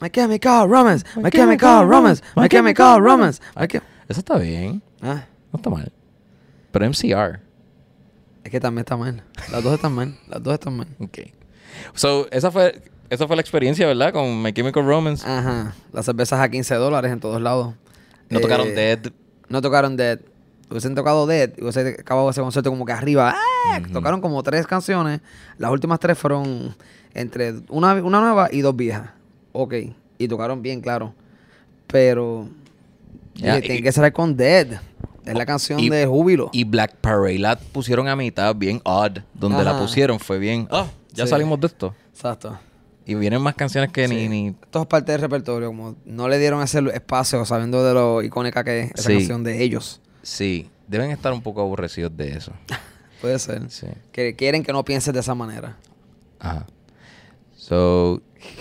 [SPEAKER 3] My Chemical Romance, My Chemical Romance, My Chemical Romance. My Chem-
[SPEAKER 2] Ah, Eso está bien.
[SPEAKER 3] Ah,
[SPEAKER 2] No está mal. Pero MCR.
[SPEAKER 3] es que también está mal. Las dos están mal. Las dos están mal.
[SPEAKER 2] Ok. So, esa fue, esa fue la experiencia, ¿verdad? Con My Chemical
[SPEAKER 3] Ah,
[SPEAKER 2] Romance.
[SPEAKER 3] Ajá. Las cervezas a 15 dólares en todos lados.
[SPEAKER 2] no
[SPEAKER 3] Eh,
[SPEAKER 2] tocaron Dead.
[SPEAKER 3] No tocaron Dead. Hubiesen tocado Dead y hubiesen acabado ese concierto como que arriba. ¡Ah! Tocaron como tres canciones. Las últimas tres fueron entre una, una nueva y dos viejas. Ok. Y tocaron bien, claro. Pero.
[SPEAKER 2] Ya,
[SPEAKER 3] oye,
[SPEAKER 2] y- Oh,
[SPEAKER 3] tienen que cerrar con Dead. Es la canción
[SPEAKER 2] y-
[SPEAKER 3] de Júbilo.
[SPEAKER 2] Y Black Parade la pusieron a mitad bien odd. Donde la
[SPEAKER 3] Ajá.
[SPEAKER 2] pusieron fue bien. Ah, ya
[SPEAKER 3] Sí.
[SPEAKER 2] salimos de esto.
[SPEAKER 3] Exacto.
[SPEAKER 2] Y vienen más canciones que ni.
[SPEAKER 3] Sí.
[SPEAKER 2] ni-
[SPEAKER 3] Esto es parte del repertorio. Como no le dieron ese espacio sabiendo de lo icónica que es esa
[SPEAKER 2] Sí.
[SPEAKER 3] canción de ellos.
[SPEAKER 2] Sí, deben estar un poco aborrecidos de eso.
[SPEAKER 3] Puede ser.
[SPEAKER 2] Sí.
[SPEAKER 3] Que quieren que no pienses de esa manera.
[SPEAKER 2] Ajá. So,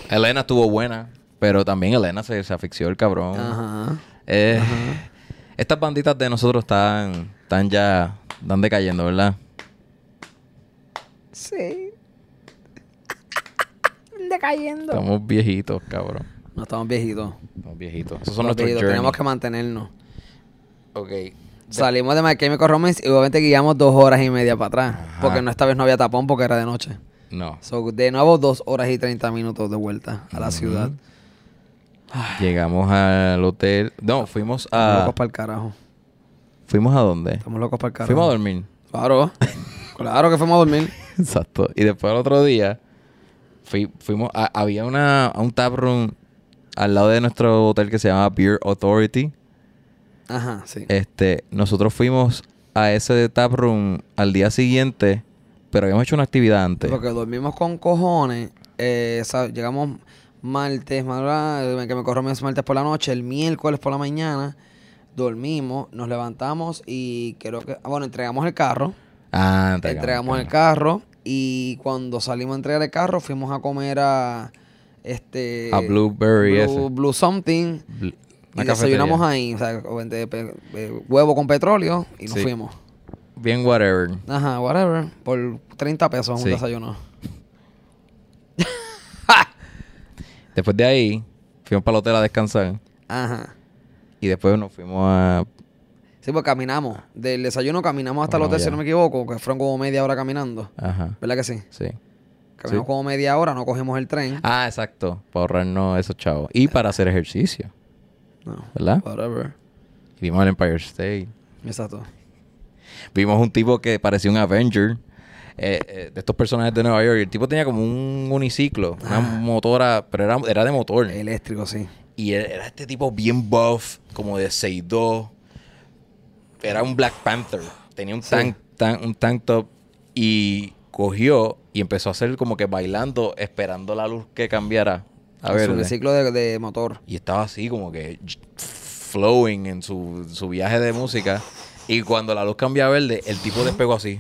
[SPEAKER 2] Elena estuvo buena. Pero también Elena se, se asfixió el cabrón.
[SPEAKER 3] Ajá.
[SPEAKER 2] Eh, Estas banditas de nosotros están, están ya. Están decayendo, ¿verdad?
[SPEAKER 3] Sí.
[SPEAKER 2] Estamos viejitos, cabrón.
[SPEAKER 3] No estamos viejitos.
[SPEAKER 2] Estamos viejitos. Esos son
[SPEAKER 3] Estamos
[SPEAKER 2] nuestros
[SPEAKER 3] viejitos.
[SPEAKER 2] journey.
[SPEAKER 3] Tenemos que mantenernos.
[SPEAKER 2] Ok.
[SPEAKER 3] Salimos de My Chemical Romance y obviamente guiamos dos horas y media para atrás.
[SPEAKER 2] Ajá.
[SPEAKER 3] Porque no, esta vez no había tapón porque era de noche.
[SPEAKER 2] No.
[SPEAKER 3] So, de nuevo, dos horas y treinta minutos de vuelta a la ciudad.
[SPEAKER 2] Ah. Llegamos al hotel. No, fuimos
[SPEAKER 3] Estamos
[SPEAKER 2] a.
[SPEAKER 3] locos para el carajo.
[SPEAKER 2] ¿Fuimos a dónde?
[SPEAKER 3] Estamos locos para el carajo.
[SPEAKER 2] Fuimos a dormir.
[SPEAKER 3] Claro. claro que fuimos a dormir.
[SPEAKER 2] Exacto. Y después al otro día, fui- fuimos. a- había una, a un tap room al lado de nuestro hotel que se llama Beer Authority.
[SPEAKER 3] Ajá, sí.
[SPEAKER 2] Este, nosotros fuimos a ese tap room al día siguiente, pero habíamos hecho una actividad antes.
[SPEAKER 3] Porque dormimos con cojones. eh, sa- llegamos martes, madrugada, eh, que me corro mis martes por la noche, el miércoles por la mañana. Dormimos, nos levantamos y creo que. ah, Bueno, entregamos el carro.
[SPEAKER 2] Ah,
[SPEAKER 3] Entregamos, el carro. Y cuando salimos a entregar el carro, fuimos a comer a. Este.
[SPEAKER 2] A Blueberry
[SPEAKER 3] Blue,
[SPEAKER 2] ese.
[SPEAKER 3] Blue Something.
[SPEAKER 2] Bl-
[SPEAKER 3] Y
[SPEAKER 2] una
[SPEAKER 3] desayunamos
[SPEAKER 2] cafetería.
[SPEAKER 3] ahí. O sea, obviamente, pe- eh, huevo con petróleo y nos
[SPEAKER 2] Sí.
[SPEAKER 3] fuimos.
[SPEAKER 2] Bien, whatever.
[SPEAKER 3] Ajá, whatever. Por 30 pesos un
[SPEAKER 2] Sí.
[SPEAKER 3] desayuno.
[SPEAKER 2] Después de ahí, fuimos para el hotel a descansar.
[SPEAKER 3] Ajá.
[SPEAKER 2] Y después nos fuimos a.
[SPEAKER 3] Sí, pues caminamos. Del desayuno caminamos hasta el
[SPEAKER 2] Bueno,
[SPEAKER 3] hotel,
[SPEAKER 2] ya.
[SPEAKER 3] si no me equivoco, que fueron como media hora caminando.
[SPEAKER 2] Ajá.
[SPEAKER 3] ¿Verdad que sí?
[SPEAKER 2] Sí.
[SPEAKER 3] Caminamos
[SPEAKER 2] Sí.
[SPEAKER 3] como media hora, no cogimos el tren.
[SPEAKER 2] Ah, exacto. Para ahorrarnos esos chavos. Y para hacer ejercicio.
[SPEAKER 3] No.
[SPEAKER 2] ¿Verdad?
[SPEAKER 3] Whatever.
[SPEAKER 2] Y vimos el Empire State.
[SPEAKER 3] Exacto.
[SPEAKER 2] Vimos un tipo que parecía un Avenger. eh, eh, de estos personajes de Nueva York. El tipo tenía como un uniciclo. Una motora. Pero era, era de motor.
[SPEAKER 3] Eléctrico, sí.
[SPEAKER 2] Y él- era este tipo bien buff. Como de 6'2". Era un Black Panther. Tenía un, tank, tan- un tank top. Y cogió y empezó a hacer como que bailando. Esperando la luz que cambiara. A
[SPEAKER 3] Es
[SPEAKER 2] ver.
[SPEAKER 3] un ciclo de, de motor.
[SPEAKER 2] Y estaba así como que flowing en su, su viaje de música. Y cuando la luz cambia a verde, el tipo despegó así.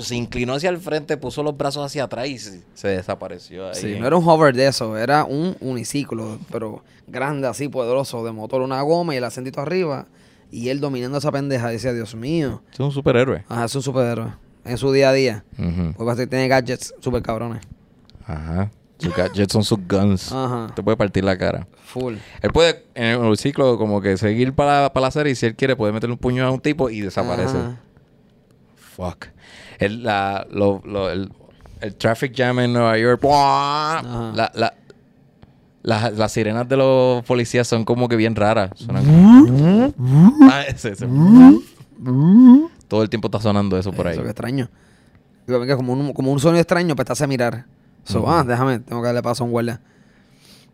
[SPEAKER 2] Se inclinó hacia el frente, puso los brazos hacia atrás y se, se desapareció ahí.
[SPEAKER 3] Sí, no era un hover de eso, era un uniciclo, pero grande, así, poderoso, de motor, una goma y el acentito arriba. Y él dominando esa pendeja, decía, Dios mío.
[SPEAKER 2] Es un superhéroe.
[SPEAKER 3] Ajá, es un superhéroe. En su día a día. Porque así tiene gadgets super cabrones.
[SPEAKER 2] Ajá. Sus gadgets son sus guns.
[SPEAKER 3] Ajá.
[SPEAKER 2] Te puede partir la cara.
[SPEAKER 3] Full.
[SPEAKER 2] Él puede, en el ciclo, como que seguir para, para la serie y si él quiere puede meterle un puño a un tipo y desaparece.
[SPEAKER 3] Ajá.
[SPEAKER 2] Fuck. El, la, lo- lo- el, el traffic jam en Nueva York. ¡buah!
[SPEAKER 3] Ajá.
[SPEAKER 2] La- la- las- las sirenas de los policías son como que bien raras. Suenan como- Ah, ese, ese. Todo el tiempo está sonando eso por ahí.
[SPEAKER 3] Eso que extraño. Digo, venga, como un, como un sonido extraño, pues te hace mirar. So,
[SPEAKER 2] Ujú.
[SPEAKER 3] ah, déjame, tengo que darle paso a un guardia.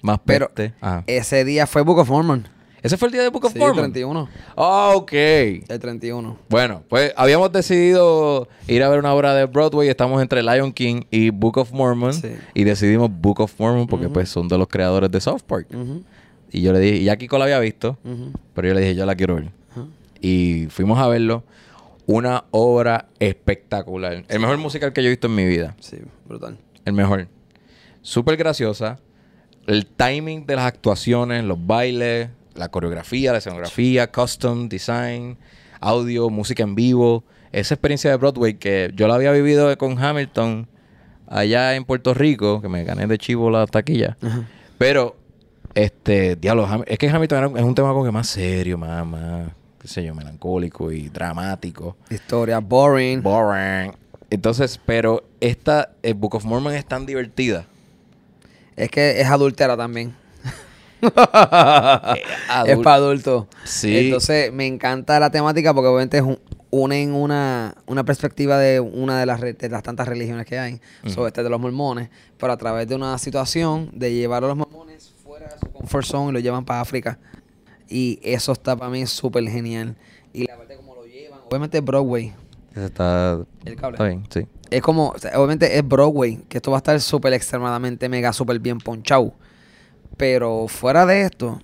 [SPEAKER 2] Más
[SPEAKER 3] Pero
[SPEAKER 2] peste. Ajá.
[SPEAKER 3] ese día fue Book of Mormon.
[SPEAKER 2] Ese fue el día de Book of
[SPEAKER 3] Sí,
[SPEAKER 2] Mormon.
[SPEAKER 3] 31.
[SPEAKER 2] Ah, ok.
[SPEAKER 3] El 31.
[SPEAKER 2] Bueno, pues habíamos decidido ir a ver una obra de Broadway. Estamos entre Lion King y Book of Mormon.
[SPEAKER 3] Sí.
[SPEAKER 2] Y decidimos Book of Mormon porque pues son de los creadores de South Park.
[SPEAKER 3] Ujú,
[SPEAKER 2] Y yo le dije, y ya Kiko la había visto,
[SPEAKER 3] ujú.
[SPEAKER 2] pero yo le dije, yo la quiero ver. Y fuimos a verlo. Una obra espectacular. El mejor musical que yo he visto en mi vida.
[SPEAKER 3] Sí, brutal.
[SPEAKER 2] El mejor. Súper graciosa. El timing de las actuaciones, los bailes, la coreografía, la escenografía, custom, design, audio, música en vivo. Esa experiencia de Broadway que yo la había vivido con Hamilton allá en Puerto Rico, que me gané de chivo la taquilla. Pero, este, diablo, Ham- es que Hamilton era un- es un tema como que más serio, más, más, qué sé yo, melancólico y dramático.
[SPEAKER 3] Historia boring.
[SPEAKER 2] Boring. Entonces, pero esta, el Book of Mormon es tan divertida.
[SPEAKER 3] es que es adultera también.
[SPEAKER 2] adul-
[SPEAKER 3] es para adultos.
[SPEAKER 2] Sí.
[SPEAKER 3] Entonces, me encanta la temática porque obviamente es un- unen una, una perspectiva de una de las, re- de las tantas religiones que hay, sobre este de los mormones, pero a través de una situación de llevar a los mormones fuera de su comfort zone y lo llevan para África. Y eso está para mí súper genial. Y la parte como lo llevan, obviamente Broadway,
[SPEAKER 2] Está,
[SPEAKER 3] El cable.
[SPEAKER 2] está bien, sí.
[SPEAKER 3] es como, o sea, obviamente es Broadway, que esto va a estar súper extremadamente mega, súper bien ponchado. Pero fuera de esto,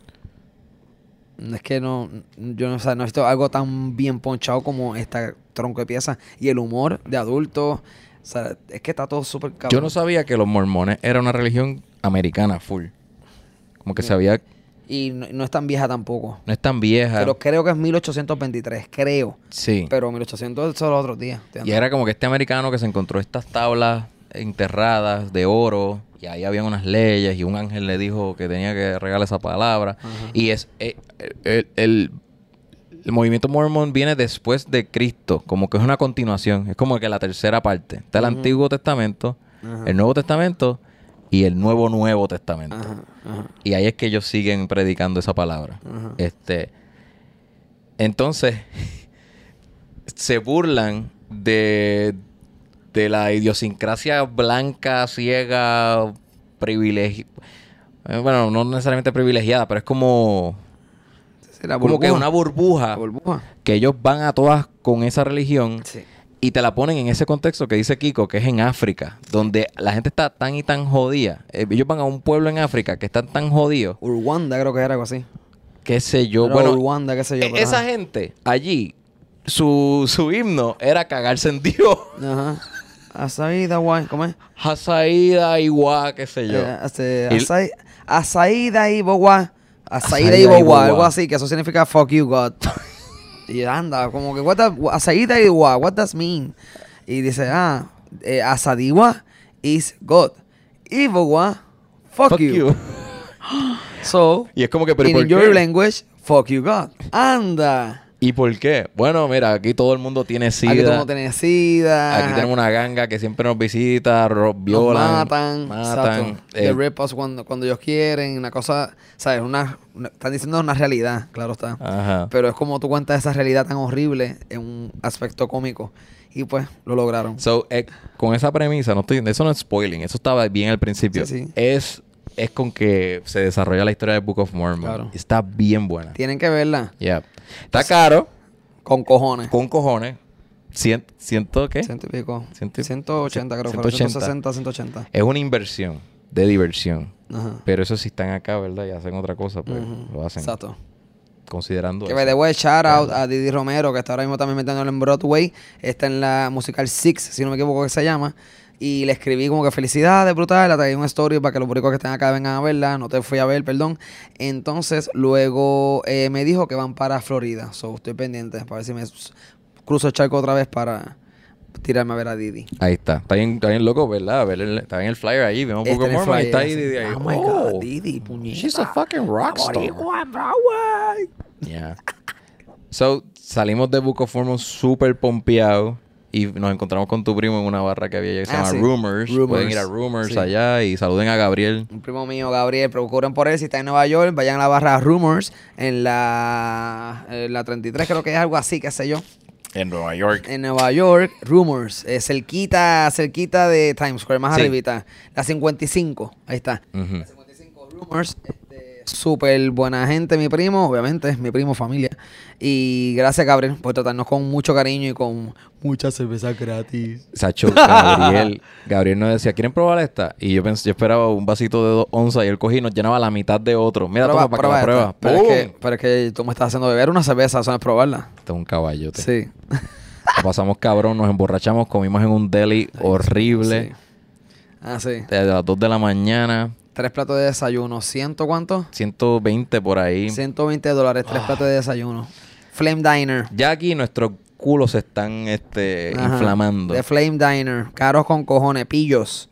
[SPEAKER 3] no es que no, yo no, o sea, no he visto algo tan bien ponchado como esta tronco de pieza. Y el humor de adultos, o sea, es que está todo súper cabrón.
[SPEAKER 2] Yo no sabía que los mormones era una religión americana, full. Como que sabía,
[SPEAKER 3] Y no, no es tan vieja tampoco.
[SPEAKER 2] no es tan vieja.
[SPEAKER 3] Pero creo que es 1823, creo.
[SPEAKER 2] sí.
[SPEAKER 3] Pero 1800 son los otros días.
[SPEAKER 2] y era como que este americano que se encontró estas tablas enterradas de oro y ahí había unas leyes y un ángel le dijo que tenía que regalar esa palabra. Y es eh, el, el- el movimiento mormon viene después de Cristo, como que es una continuación, es como que la tercera parte. Está el Antiguo Testamento, el Nuevo Testamento y el Nuevo Nuevo Testamento.
[SPEAKER 3] Ajá, ajá,
[SPEAKER 2] Y ahí es que ellos siguen predicando esa palabra.
[SPEAKER 3] Ajá.
[SPEAKER 2] Este. Entonces, se burlan de, de la idiosincrasia blanca, ciega, privilegiada. Bueno, no necesariamente privilegiada, pero es como,
[SPEAKER 3] Sí, la
[SPEAKER 2] como que
[SPEAKER 3] burbuja.
[SPEAKER 2] una burbuja
[SPEAKER 3] La burbuja.
[SPEAKER 2] que ellos van a todas con esa religión
[SPEAKER 3] Sí.
[SPEAKER 2] y te la ponen en ese contexto que dice Kiko, que es en África, donde la gente está tan y tan jodida. Eh, Ellos van a un pueblo en África que están tan jodidos,
[SPEAKER 3] Urwanda creo que era algo así.
[SPEAKER 2] qué sé yo.
[SPEAKER 3] Era
[SPEAKER 2] bueno,
[SPEAKER 3] Urwanda, qué sé yo.
[SPEAKER 2] e-
[SPEAKER 3] pero
[SPEAKER 2] esa
[SPEAKER 3] ajá.
[SPEAKER 2] gente allí, su, su himno era cagarse en Dios.
[SPEAKER 3] Ajá. Azaí da guay, ¿cómo es?
[SPEAKER 2] Hazaida, igual, qué sé yo.
[SPEAKER 3] Eh, este,
[SPEAKER 2] Y-
[SPEAKER 3] azaí- azaí da y bogua. Azaí da
[SPEAKER 2] Azaí
[SPEAKER 3] y
[SPEAKER 2] da y
[SPEAKER 3] bogua, algo
[SPEAKER 2] bogua.
[SPEAKER 3] así, que eso significa fuck you, God. y anda, como que, what the- azaí da y bogua, what does mean? Y dice, ah, eh, asadiwa is God. Y bogua, fuck,
[SPEAKER 2] Fuck
[SPEAKER 3] you.
[SPEAKER 2] you.
[SPEAKER 3] So,
[SPEAKER 2] Y es como que, pero ¿y
[SPEAKER 3] in
[SPEAKER 2] por
[SPEAKER 3] your
[SPEAKER 2] qué?
[SPEAKER 3] language, fuck you, God. Anda.
[SPEAKER 2] ¿Y por qué? Bueno, mira, aquí todo el mundo tiene sida.
[SPEAKER 3] Aquí todo el mundo tiene sida.
[SPEAKER 2] Aquí tenemos una ganga que siempre nos visita, ro-
[SPEAKER 3] Nos
[SPEAKER 2] violan,
[SPEAKER 3] matan,
[SPEAKER 2] matan,
[SPEAKER 3] exacto.
[SPEAKER 2] eh,
[SPEAKER 3] They rip us cuando, cuando ellos quieren, una cosa, ¿sabes? Una, una- están diciendo una realidad, claro está.
[SPEAKER 2] Ajá.
[SPEAKER 3] Pero es como tú cuentas esa realidad tan horrible en un aspecto cómico. Y pues lo lograron.
[SPEAKER 2] So, eh, con esa premisa, no estoy, eso no es spoiling, eso estaba bien al principio.
[SPEAKER 3] Sí, sí.
[SPEAKER 2] Es, es con que se desarrolla la historia de Book of Mormon.
[SPEAKER 3] Claro.
[SPEAKER 2] Está bien buena.
[SPEAKER 3] Tienen que verla
[SPEAKER 2] Yeah. Está caro,
[SPEAKER 3] con cojones.
[SPEAKER 2] con cojones. Cien- ¿Ciento qué?
[SPEAKER 3] Ciento y pico.
[SPEAKER 2] Ciento y-
[SPEAKER 3] 180 creo. que fueron.
[SPEAKER 2] 180.
[SPEAKER 3] 160, 180.
[SPEAKER 2] Es una inversión de diversión.
[SPEAKER 3] Ajá.
[SPEAKER 2] Pero eso si están acá, ¿verdad? Y hacen otra cosa, pues lo hacen.
[SPEAKER 3] Exacto.
[SPEAKER 2] Considerando
[SPEAKER 3] Que
[SPEAKER 2] eso.
[SPEAKER 3] me debo shout out a Didi Romero, que está ahora mismo también metiéndolo en Broadway. Está en la musical Six, si no me equivoco que se llama. Y le escribí como que felicidades, brutal. Le traí un story para que los públicos que están acá vengan a verla. No te fui a ver, perdón. Entonces, luego eh, me dijo que van para Florida. So, estoy pendiente para ver si me s- cruzo el charco otra vez para tirarme a ver a Didi.
[SPEAKER 2] Ahí está. Está bien, está bien loco, ¿verdad? Ver el- está en el flyer ahí. Vemos un
[SPEAKER 3] Este
[SPEAKER 2] poco
[SPEAKER 3] en el
[SPEAKER 2] Mormon. y
[SPEAKER 3] flyer,
[SPEAKER 2] Está ahí
[SPEAKER 3] así,
[SPEAKER 2] Didi ahí.
[SPEAKER 3] Oh my
[SPEAKER 2] Oh,
[SPEAKER 3] God, Didi, puñeta.
[SPEAKER 2] She's a fucking rockstar.
[SPEAKER 3] Boricua en Broadway.
[SPEAKER 2] Yeah. So, salimos de Book of Mormon súper pompeado y nos encontramos con tu primo en una barra que había allá que se
[SPEAKER 3] Ah,
[SPEAKER 2] llama
[SPEAKER 3] sí.
[SPEAKER 2] Rumors. Pueden
[SPEAKER 3] Rumors.
[SPEAKER 2] ir a Rumors
[SPEAKER 3] Sí.
[SPEAKER 2] allá y saluden a Gabriel.
[SPEAKER 3] Un primo mío, Gabriel, procuren por él. Si está en Nueva York, vayan a la barra Rumors en la, en la 33, creo que es algo así, qué sé yo.
[SPEAKER 2] En Nueva York.
[SPEAKER 3] En Nueva York, Rumors, eh, cerquita, cerquita de Times Square, más
[SPEAKER 2] Sí.
[SPEAKER 3] arribita. La 55, ahí está. La 55 Rumors, este, súper buena gente, mi primo, obviamente, es mi primo, familia. Y gracias, Gabriel, por tratarnos con mucho cariño y con mucha cerveza gratis.
[SPEAKER 2] Sacho, Gabriel, Gabriel nos decía, ¿quieren probar esta? Y yo pensé, yo esperaba un vasito de dos onzas y él cogí y nos llenaba la mitad de otro. Mira, toma para que la
[SPEAKER 3] esta.
[SPEAKER 2] pruebas.
[SPEAKER 3] Pero es, que,
[SPEAKER 2] ¡Pum!
[SPEAKER 3] pero es que tú me estás haciendo beber una cerveza, eso no es probarla.
[SPEAKER 2] Esto es un caballote.
[SPEAKER 3] Sí.
[SPEAKER 2] La pasamos cabrón, nos emborrachamos, comimos en un deli horrible.
[SPEAKER 3] Sí. Ah, sí.
[SPEAKER 2] A las 2 de la mañana,
[SPEAKER 3] Tres platos de desayuno, ¿ciento cuánto?
[SPEAKER 2] 120 por ahí.
[SPEAKER 3] 120 dólares, tres
[SPEAKER 2] Ah.
[SPEAKER 3] platos de desayuno. Flame Diner.
[SPEAKER 2] Ya aquí nuestros culos se están este,
[SPEAKER 3] Ajá.
[SPEAKER 2] inflamando. Ah.
[SPEAKER 3] The Flame Diner. Caros con cojones. Pillos.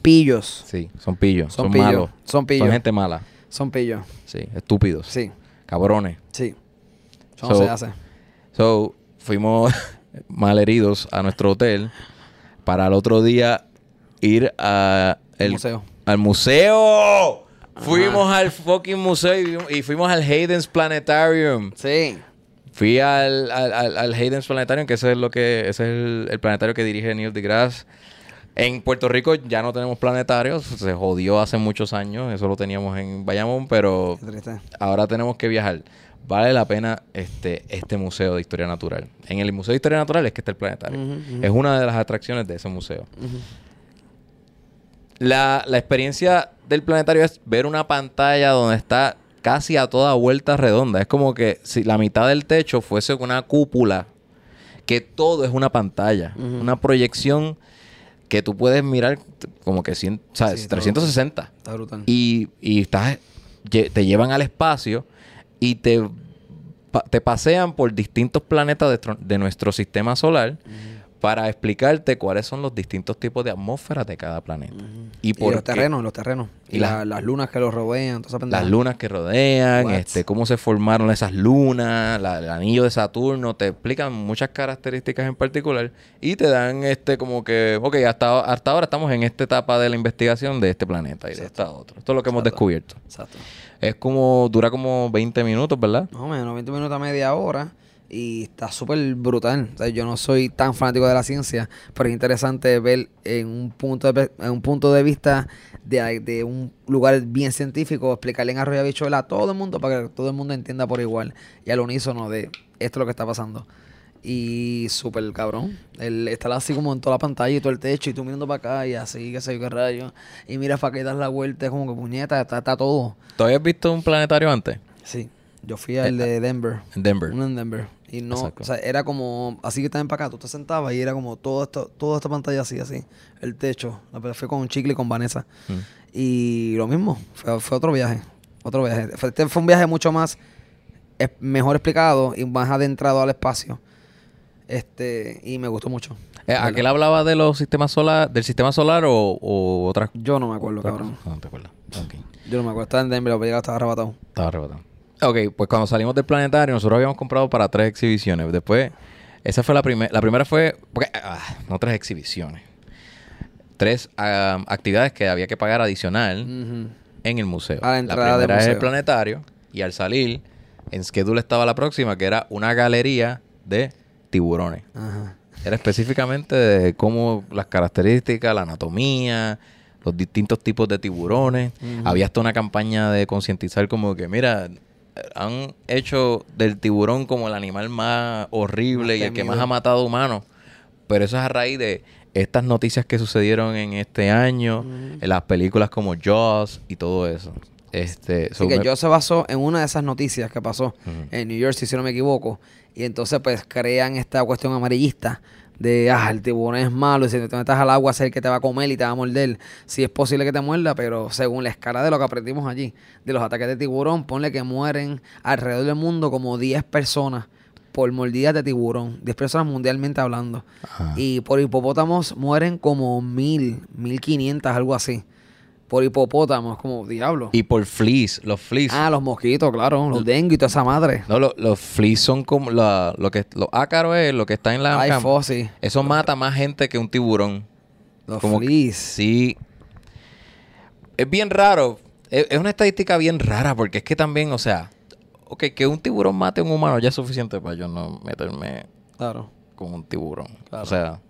[SPEAKER 3] Pillos.
[SPEAKER 2] Sí, son pillos. Son,
[SPEAKER 3] Son pillos,
[SPEAKER 2] malos.
[SPEAKER 3] son pillos.
[SPEAKER 2] Son gente mala.
[SPEAKER 3] Son pillos.
[SPEAKER 2] Sí, estúpidos.
[SPEAKER 3] Sí.
[SPEAKER 2] Cabrones.
[SPEAKER 3] Sí. Eso
[SPEAKER 2] So-
[SPEAKER 3] no se hace.
[SPEAKER 2] So, fuimos malheridos a nuestro hotel para el otro día ir a el-
[SPEAKER 3] Museo.
[SPEAKER 2] Al museo. Fuimos al fucking museo y, vimos- y fuimos al Hayden's Planetarium.
[SPEAKER 3] Sí.
[SPEAKER 2] Fui al, al, al, al Hayden's Planetarium, que ese es lo que ese es el, el planetario que dirige Neil deGrasse. En Puerto Rico ya no tenemos planetarios, se jodió hace muchos años, eso lo teníamos en Bayamón, pero
[SPEAKER 3] Qué triste.
[SPEAKER 2] ahora tenemos que viajar. Vale la pena este, este museo de historia natural. En el Museo de Historia Natural es que está el planetario.
[SPEAKER 3] Ujú, ujú.
[SPEAKER 2] Es una de las atracciones de ese museo. La, la experiencia del planetario es ver una pantalla donde está casi a toda vuelta redonda. Es como que si la mitad del techo fuese una cúpula, que todo es una pantalla, una proyección que tú puedes mirar t- como que cien- ¿sabes?
[SPEAKER 3] Sí, todo.
[SPEAKER 2] 360
[SPEAKER 3] Está brutal.
[SPEAKER 2] y, y estás, lle- te llevan al espacio y te, pa- te pasean por distintos planetas de, tro- de nuestro sistema solar para explicarte cuáles son los distintos tipos de atmósferas de cada planeta. Y
[SPEAKER 3] Y,
[SPEAKER 2] por
[SPEAKER 3] los
[SPEAKER 2] qué-
[SPEAKER 3] terrenos, los terrenos. Y,
[SPEAKER 2] Y
[SPEAKER 3] la-
[SPEAKER 2] las-
[SPEAKER 3] las lunas que los rodean. toda esa pendeja.
[SPEAKER 2] las lunas que rodean,
[SPEAKER 3] What?
[SPEAKER 2] este, cómo se formaron esas lunas, la- el anillo de Saturno, te explican muchas características en particular y te dan este como que, ok, hasta, hasta ahora estamos en esta etapa de la investigación de este planeta y de esta otro. Esto es lo que hemos descubierto.
[SPEAKER 3] Exacto.
[SPEAKER 2] Es como, dura como 20 minutos, ¿verdad?
[SPEAKER 3] Más o menos, 20 minutos a media hora. Y está súper brutal. O sea, yo no soy tan fanático de la ciencia, pero es interesante ver en un punto de, pe- en un punto de vista de, de un lugar bien científico, explicarle en Arroyo Bichuela a todo el mundo para que todo el mundo entienda por igual y al unísono de esto es lo que está pasando. Y súper cabrón. El estar así como en toda la pantalla y todo el techo y tú mirando para acá y así, qué sé yo, qué rayo. Y mira para que das la vuelta, es como que puñeta, está, está todo.
[SPEAKER 2] ¿Tú habías visto un planetario antes?
[SPEAKER 3] Sí, yo fui al de Denver.
[SPEAKER 2] En Denver.
[SPEAKER 3] Uno en Denver. Y no,
[SPEAKER 2] Exacto.
[SPEAKER 3] o sea, era como, así que también para acá, tú te sentabas y era como todo esto, toda esta pantalla así, así, el techo. La verdad fue con un chicle y con Vanessa.
[SPEAKER 2] Mm.
[SPEAKER 3] Y lo mismo, fue, fue otro viaje, otro viaje. Fue- Este fue un viaje mucho más, es- mejor explicado y más adentrado al espacio. Este, y me gustó mucho.
[SPEAKER 2] Eh, ¿Aquel hablaba de los sistemas solar, del sistema solar o, o otras Ah,
[SPEAKER 3] Yo no me acuerdo, cabrón.
[SPEAKER 2] No, no te acuerdas. Ok.
[SPEAKER 3] Yo no me acuerdo. Estaba en Denver, pero llegaba, estaba arrebatado.
[SPEAKER 2] Estaba arrebatado. Ok, pues cuando salimos del planetario, nosotros habíamos comprado para tres exhibiciones. Después, esa fue la primera. La primera fue. porque, ah, no tres exhibiciones. Tres ah, actividades que había que pagar adicional
[SPEAKER 3] Ujú.
[SPEAKER 2] en el museo.
[SPEAKER 3] A la entrada
[SPEAKER 2] la
[SPEAKER 3] del
[SPEAKER 2] primera es el
[SPEAKER 3] museo.
[SPEAKER 2] planetario. Y al salir, en schedule estaba la próxima, que era una galería de tiburones.
[SPEAKER 3] Ajá.
[SPEAKER 2] Era específicamente de cómo las características, la anatomía, los distintos tipos de tiburones. Había hasta una campaña de concientizar como que, mira, eh, han hecho del tiburón como el animal más horrible
[SPEAKER 3] Más
[SPEAKER 2] y el que
[SPEAKER 3] temido.
[SPEAKER 2] más ha matado humanos. Pero eso es a raíz de estas noticias que sucedieron en este año, en las películas como Jaws y todo eso. Este,
[SPEAKER 3] Así
[SPEAKER 2] so
[SPEAKER 3] que
[SPEAKER 2] me-
[SPEAKER 3] yo se basó en una de esas noticias que pasó en New Jersey, si no me equivoco. Y entonces, pues, crean esta cuestión amarillista de, ah, el tiburón es malo y si te metas al agua es el que te va a comer y te va a morder. Si es posible que te muerda, pero según la escala de lo que aprendimos allí, de los ataques de tiburón, ponle que mueren alrededor del mundo como 10 personas por mordidas de tiburón. 10 personas mundialmente hablando. Y por hipopótamos mueren como mil, mil quinientas, algo así. Por hipopótamos, como diablo.
[SPEAKER 2] Y por fleas, los fleas.
[SPEAKER 3] Ah, los mosquitos, claro. Los dengue y toda esa madre.
[SPEAKER 2] No, lo- los fleas son como la- lo que los ácaros es lo que está en la
[SPEAKER 3] Ay,
[SPEAKER 2] cama.
[SPEAKER 3] Fossi.
[SPEAKER 2] Eso mata más gente que un tiburón.
[SPEAKER 3] Los
[SPEAKER 2] Como que-
[SPEAKER 3] fleas.
[SPEAKER 2] Sí. Es bien raro. Es, es una estadística bien rara porque es que también, o sea, ok, que un tiburón mate a un humano ya es suficiente para yo no meterme
[SPEAKER 3] Claro,
[SPEAKER 2] con un tiburón.
[SPEAKER 3] Claro.
[SPEAKER 2] O sea,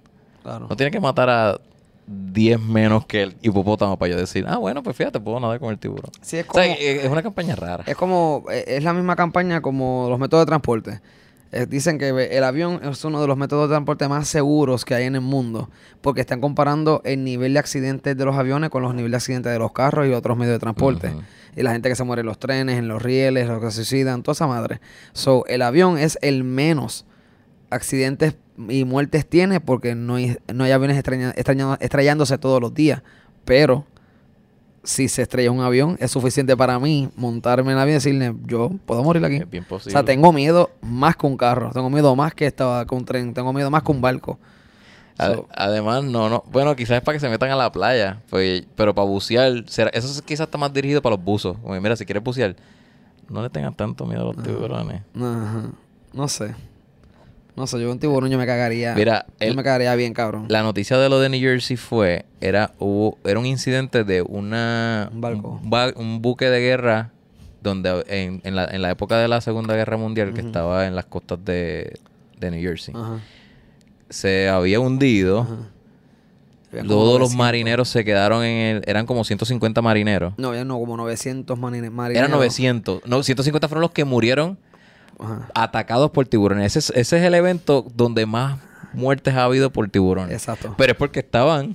[SPEAKER 3] claro.
[SPEAKER 2] no tiene que matar a 10 menos que el hipopótamo para yo decir, ah, bueno, pues fíjate, puedo nadar con el tiburón.
[SPEAKER 3] Sí, es
[SPEAKER 2] O sea,
[SPEAKER 3] como-
[SPEAKER 2] es es una campaña rara.
[SPEAKER 3] Es como, eh, es la misma campaña como los métodos de transporte. Eh, Dicen que el avión es uno de los métodos de transporte más seguros que hay en el mundo, porque están comparando el nivel de accidentes de los aviones con los niveles de accidentes de los carros y otros medios de transporte. Y la gente que se muere en los trenes, en los rieles, los que se suicidan, toda esa madre. So, el avión es el menos accidentes y muertes tiene porque no hay, no hay aviones estreña- extraña- estrellándose todos los días, pero si se estrella un avión, es suficiente para mí montarme en el avión y decirle, yo puedo morir aquí.
[SPEAKER 2] Es bien
[SPEAKER 3] O
[SPEAKER 2] posible.
[SPEAKER 3] sea, tengo miedo más que un carro, tengo miedo más que esta, que un tren, tengo miedo más que un barco.
[SPEAKER 2] Ad-
[SPEAKER 3] So,
[SPEAKER 2] Además, no, no. Bueno, quizás es para que se metan a la playa. pues, pero para bucear, será- eso es- quizás está más dirigido para los buzos. Como que, mira, si quieres bucear, no le tengan tanto miedo a
[SPEAKER 3] Ah.
[SPEAKER 2] los tiburones.
[SPEAKER 3] ajá, no sé. No sé, yo un tiburón yo me cagaría.
[SPEAKER 2] Mira,
[SPEAKER 3] yo
[SPEAKER 2] el-
[SPEAKER 3] me cagaría bien, cabrón.
[SPEAKER 2] La noticia de lo de New Jersey fue, era, hubo, era un incidente de una
[SPEAKER 3] Un barco.
[SPEAKER 2] un, ba- un buque de guerra donde en, en la, en la época de la Segunda Guerra Mundial que estaba en las costas de, de New Jersey.
[SPEAKER 3] Ajá,
[SPEAKER 2] Se había hundido.
[SPEAKER 3] ajá. Había como
[SPEAKER 2] Todos los
[SPEAKER 3] 900.
[SPEAKER 2] marineros se quedaron en el... Eran como 150 marineros.
[SPEAKER 3] No, ya no, como 900 marine- marineros.
[SPEAKER 2] Eran 900. No, 150 fueron los que murieron
[SPEAKER 3] Ajá.
[SPEAKER 2] atacados por tiburones. Ese es, ese es el evento donde más muertes ha habido por tiburones.
[SPEAKER 3] Exacto.
[SPEAKER 2] Pero es porque estaban...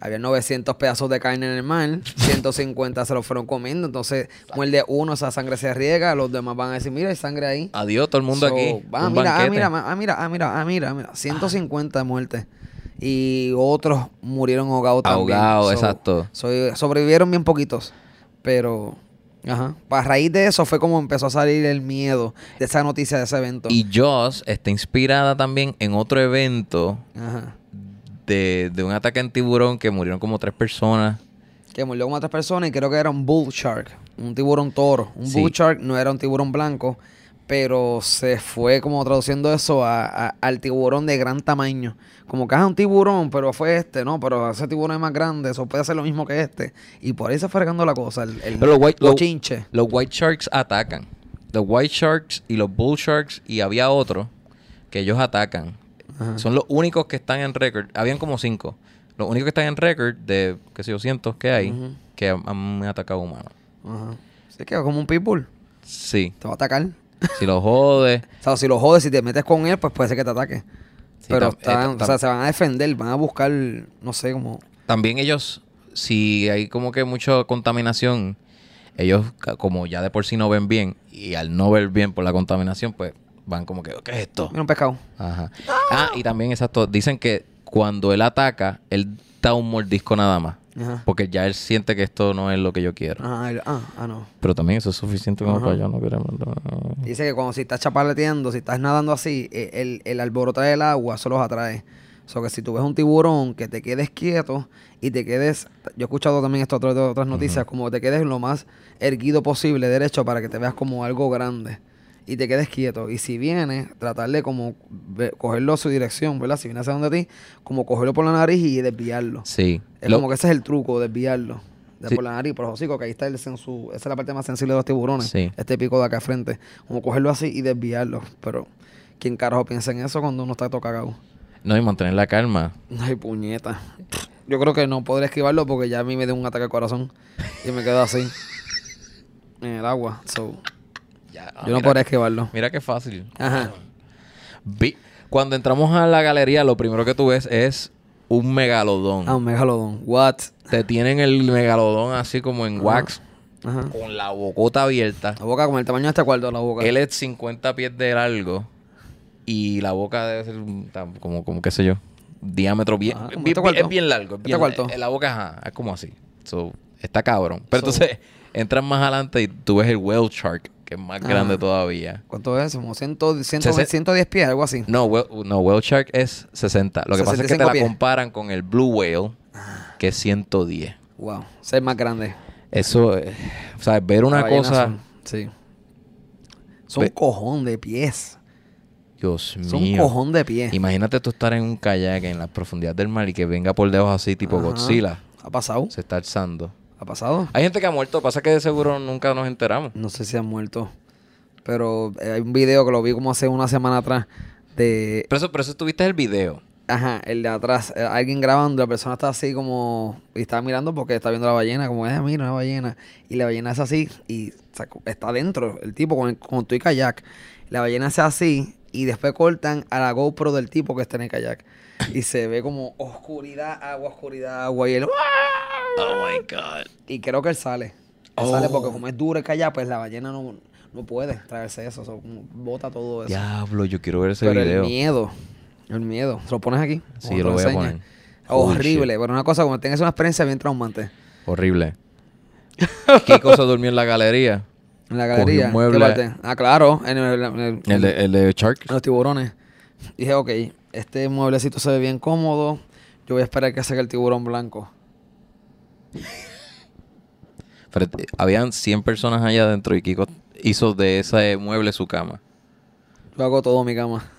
[SPEAKER 3] Había 900 pedazos de carne en el mar, 150 se los fueron comiendo, entonces muerde uno, esa sangre se riega, los demás van a decir, mira, hay sangre ahí.
[SPEAKER 2] Adiós, todo Ah, el mundo
[SPEAKER 3] So,
[SPEAKER 2] aquí.
[SPEAKER 3] Ah,
[SPEAKER 2] un
[SPEAKER 3] mira, ah,
[SPEAKER 2] banquete.
[SPEAKER 3] mira, ma- ah, mira, ah, mira, ah, mira, mira, 150 muertes. Y otros murieron ahogados también.
[SPEAKER 2] Ahogados, exacto.
[SPEAKER 3] so- sobrevivieron bien poquitos, pero... Ajá. Pues, A raíz de eso fue como empezó a salir el miedo de esa noticia, de ese evento.
[SPEAKER 2] Y Jaws está inspirada también en otro evento
[SPEAKER 3] Ajá.
[SPEAKER 2] de, de un ataque en tiburón que murieron como tres personas.
[SPEAKER 3] que murió con otras personas y creo que era un bull shark, un tiburón toro. Un
[SPEAKER 2] Sí.
[SPEAKER 3] bull shark no era un tiburón blanco, pero se fue como traduciendo eso a- a- al tiburón de gran tamaño. Como que es un tiburón, pero fue este, ¿no? Pero ese tiburón es más grande, eso puede ser lo mismo que este. Y por ahí se fue regando la cosa, el, el-
[SPEAKER 2] Pero los white,
[SPEAKER 3] los
[SPEAKER 2] los-
[SPEAKER 3] chinches.
[SPEAKER 2] Los white sharks atacan. Los white sharks y los bull sharks y había otro que ellos atacan. Son los únicos que están en récord. Habían como cinco. Los únicos que están en récord de, qué sé yo, cientos que hay que han, han atacado humanos.
[SPEAKER 3] Ajá. Así que como un pitbull,
[SPEAKER 2] Sí.
[SPEAKER 3] te va a atacar.
[SPEAKER 2] Si los jode.
[SPEAKER 3] O sea, si lo jodes, si te metes con él, pues puede ser que te ataque.
[SPEAKER 2] Sí,
[SPEAKER 3] pero
[SPEAKER 2] tam- eh,
[SPEAKER 3] están,
[SPEAKER 2] tam-
[SPEAKER 3] o sea, se van a defender, van a buscar, no sé, como...
[SPEAKER 2] También ellos, si hay como que mucha contaminación, ellos ca- como ya de por sí no ven bien y al no ver bien por la contaminación, pues van como que, ¿qué es esto?
[SPEAKER 3] Mira un pescado.
[SPEAKER 2] Ajá. Ah, y también, exacto, dicen que cuando él ataca, él da un mordisco nada más.
[SPEAKER 3] Ajá.
[SPEAKER 2] Porque ya él siente que esto no es lo que yo quiero.
[SPEAKER 3] Ah, el- ah, ah, no.
[SPEAKER 2] Pero también eso es suficiente como
[SPEAKER 3] Ajá.
[SPEAKER 2] para yo no querer.
[SPEAKER 3] Dice que cuando si estás chapaleteando, si estás nadando así, eh, el, el alborotar del agua eso los atrae. O sea, que si tú ves un tiburón, que te quedes quieto y te quedes... Yo he escuchado también esto otro- otras noticias, como te quedes lo más erguido posible, derecho, para que te veas como algo grande. Y te quedes quieto. Y si viene, tratar de como ve- cogerlo a su dirección, ¿verdad? Si viene hacia donde ti, como cogerlo por la nariz y desviarlo.
[SPEAKER 2] Sí.
[SPEAKER 3] Es
[SPEAKER 2] Lo-
[SPEAKER 3] como que ese es el truco, desviarlo. De
[SPEAKER 2] Sí.
[SPEAKER 3] por la nariz, por los hocicos, que ahí está el sensu. Esa es la parte más sensible de los tiburones.
[SPEAKER 2] Sí.
[SPEAKER 3] Este pico de acá al frente. Como cogerlo así y desviarlo. Pero, ¿quién carajo piensa en eso cuando uno está todo cagado?
[SPEAKER 2] No, y mantener la calma.
[SPEAKER 3] Ay, puñeta. Yo creo que no podré esquivarlo porque ya a mí me dio un ataque al corazón. Y me quedo así. en el agua. So,
[SPEAKER 2] Ah,
[SPEAKER 3] yo no
[SPEAKER 2] mira-
[SPEAKER 3] podré esquivarlo.
[SPEAKER 2] Mira qué fácil.
[SPEAKER 3] Ajá.
[SPEAKER 2] Vi- Cuando entramos a la galería, lo primero que tú ves es un megalodón.
[SPEAKER 3] Ah, un megalodón. What?
[SPEAKER 2] Te tienen el megalodón así como en wax,
[SPEAKER 3] Ajá.
[SPEAKER 2] con la bocota abierta.
[SPEAKER 3] La boca como el tamaño de este cuarto, la boca.
[SPEAKER 2] Él es 50 pies de largo y la boca debe ser un tam- como, como qué sé yo, diámetro bien,
[SPEAKER 3] Ajá, como
[SPEAKER 2] bien-
[SPEAKER 3] este
[SPEAKER 2] bien-
[SPEAKER 3] cuarto.
[SPEAKER 2] es bien largo. es
[SPEAKER 3] Este
[SPEAKER 2] bien-
[SPEAKER 3] cuarto.
[SPEAKER 2] eh, La boca ajá, es como así. So, está cabrón. Pero
[SPEAKER 3] So-
[SPEAKER 2] entonces entras más adelante y tú ves el whale shark, que es más
[SPEAKER 3] Ah.
[SPEAKER 2] grande todavía.
[SPEAKER 3] ¿Cuánto es? Como 100, 100,
[SPEAKER 2] Sesen-
[SPEAKER 3] 110 pies, algo así.
[SPEAKER 2] No, whale, no, whale shark es 60. Lo que pasa es que te
[SPEAKER 3] 65
[SPEAKER 2] la
[SPEAKER 3] pies. Ah.
[SPEAKER 2] comparan con el blue whale, que es 110.
[SPEAKER 3] Wow, ser más grande.
[SPEAKER 2] Eso, eh, o sea, ver una
[SPEAKER 3] La ballena
[SPEAKER 2] cosa...
[SPEAKER 3] azul, sí. Son
[SPEAKER 2] Ve-
[SPEAKER 3] cojón de pies.
[SPEAKER 2] Dios
[SPEAKER 3] Son
[SPEAKER 2] mío.
[SPEAKER 3] cojón de pies.
[SPEAKER 2] Imagínate tú estar en un kayak en las profundidades del mar y que venga por debajo así, tipo
[SPEAKER 3] Ajá.
[SPEAKER 2] Godzilla.
[SPEAKER 3] ¿Ha pasado?
[SPEAKER 2] Se está alzando.
[SPEAKER 3] ¿Ha pasado?
[SPEAKER 2] Hay gente que ha muerto, pasa que de seguro nunca nos enteramos.
[SPEAKER 3] No sé si han muerto. Pero eh, hay un video que lo vi como hace una semana atrás de...
[SPEAKER 2] Pero eso, pero eso tuviste el video.
[SPEAKER 3] Ajá, el de atrás. eh, Alguien grabando, la persona está así como... Y está mirando porque está viendo la ballena, como, eh, mira, una ballena. Y la ballena es así y sacó- está dentro el tipo con, el, con tu y kayak. La ballena hace así y después cortan a la GoPro del tipo que está en el kayak. Y se ve como oscuridad, agua, oscuridad, agua. Y él... ¡ah!
[SPEAKER 2] Oh my God. Oh.
[SPEAKER 3] Y creo que él sale. Él sale porque como es duro el kayak, pues la ballena no, no puede traerse eso. so, como bota todo eso.
[SPEAKER 2] Diablo, yo quiero ver ese
[SPEAKER 3] Pero
[SPEAKER 2] video.
[SPEAKER 3] el miedo, el miedo. ¿Se lo pones aquí?
[SPEAKER 2] Sí,
[SPEAKER 3] Como
[SPEAKER 2] yo lo
[SPEAKER 3] te
[SPEAKER 2] voy a
[SPEAKER 3] enseña.
[SPEAKER 2] poner.
[SPEAKER 3] Horrible. Pero una cosa, cuando tengas una experiencia bien traumante
[SPEAKER 2] Horrible. Kiko se durmió en la galería.
[SPEAKER 3] en la
[SPEAKER 2] Cogí un
[SPEAKER 3] galería. ¿qué
[SPEAKER 2] mueble.
[SPEAKER 3] parte? Ah, claro. En, el- en el-
[SPEAKER 2] El de, el de Shark.
[SPEAKER 3] en los tiburones. Dije, ok, este mueblecito se ve bien cómodo. Yo voy a esperar que saque el tiburón blanco.
[SPEAKER 2] Pero, eh, habían 100 personas allá adentro y Kiko hizo de ese mueble su cama.
[SPEAKER 3] Yo hago todo en mi cama.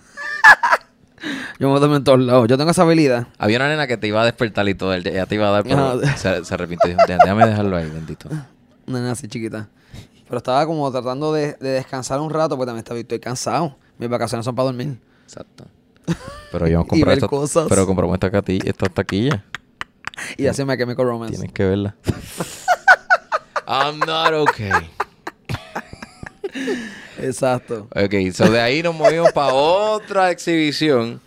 [SPEAKER 3] yo me duermo en todos lados. Yo tengo esa habilidad.
[SPEAKER 2] Había una nena que te iba a despertar y todo, ya te iba a dar, pero
[SPEAKER 3] Ah.
[SPEAKER 2] se, se arrepintió. Dijo, "Dé- Déjame dejarlo ahí, bendito.
[SPEAKER 3] Una nena así chiquita. Pero estaba como tratando de, de descansar un rato, porque también estaba, estoy cansado. Mis vacaciones son para dormir.
[SPEAKER 2] Exacto. Pero yo
[SPEAKER 3] Y
[SPEAKER 2] compré
[SPEAKER 3] ver
[SPEAKER 2] esta,
[SPEAKER 3] cosas. Ah,
[SPEAKER 2] pero compramos esta, cati- esta taquilla.
[SPEAKER 3] Y así me quemé con romance.
[SPEAKER 2] Tienes que verla. I'm not okay.
[SPEAKER 3] Exacto.
[SPEAKER 2] Ok, so de ahí nos movimos para otra exhibición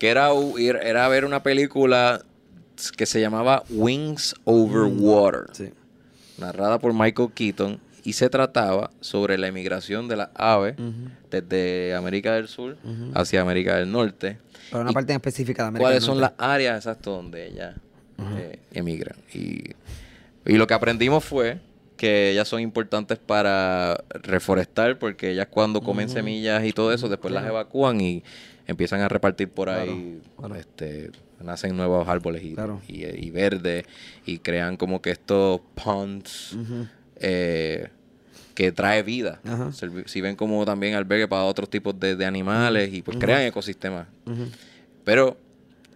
[SPEAKER 2] que era, u- ir- era ver una película que se llamaba Wings Over Water,
[SPEAKER 3] Mm. Sí.
[SPEAKER 2] narrada por Michael Keaton y se trataba sobre la emigración de las aves desde América del Sur hacia América del Norte.
[SPEAKER 3] Pero una
[SPEAKER 2] Y-
[SPEAKER 3] parte en específica de América
[SPEAKER 2] cuáles
[SPEAKER 3] del
[SPEAKER 2] son las
[SPEAKER 3] Norte.
[SPEAKER 2] áreas exacto donde ellas eh, emigran. Y, y lo que aprendimos fue que ellas son importantes para reforestar, porque ellas cuando comen semillas y todo eso, después las evacúan y empiezan a repartir por ahí, este nacen nuevos árboles y,
[SPEAKER 3] Claro.
[SPEAKER 2] y, y verde, y crean como que estos ponds eh, que trae vida.
[SPEAKER 3] Ajá.
[SPEAKER 2] Servi- Si ven como también albergue para otros tipos de, de animales y pues crean ecosistemas pero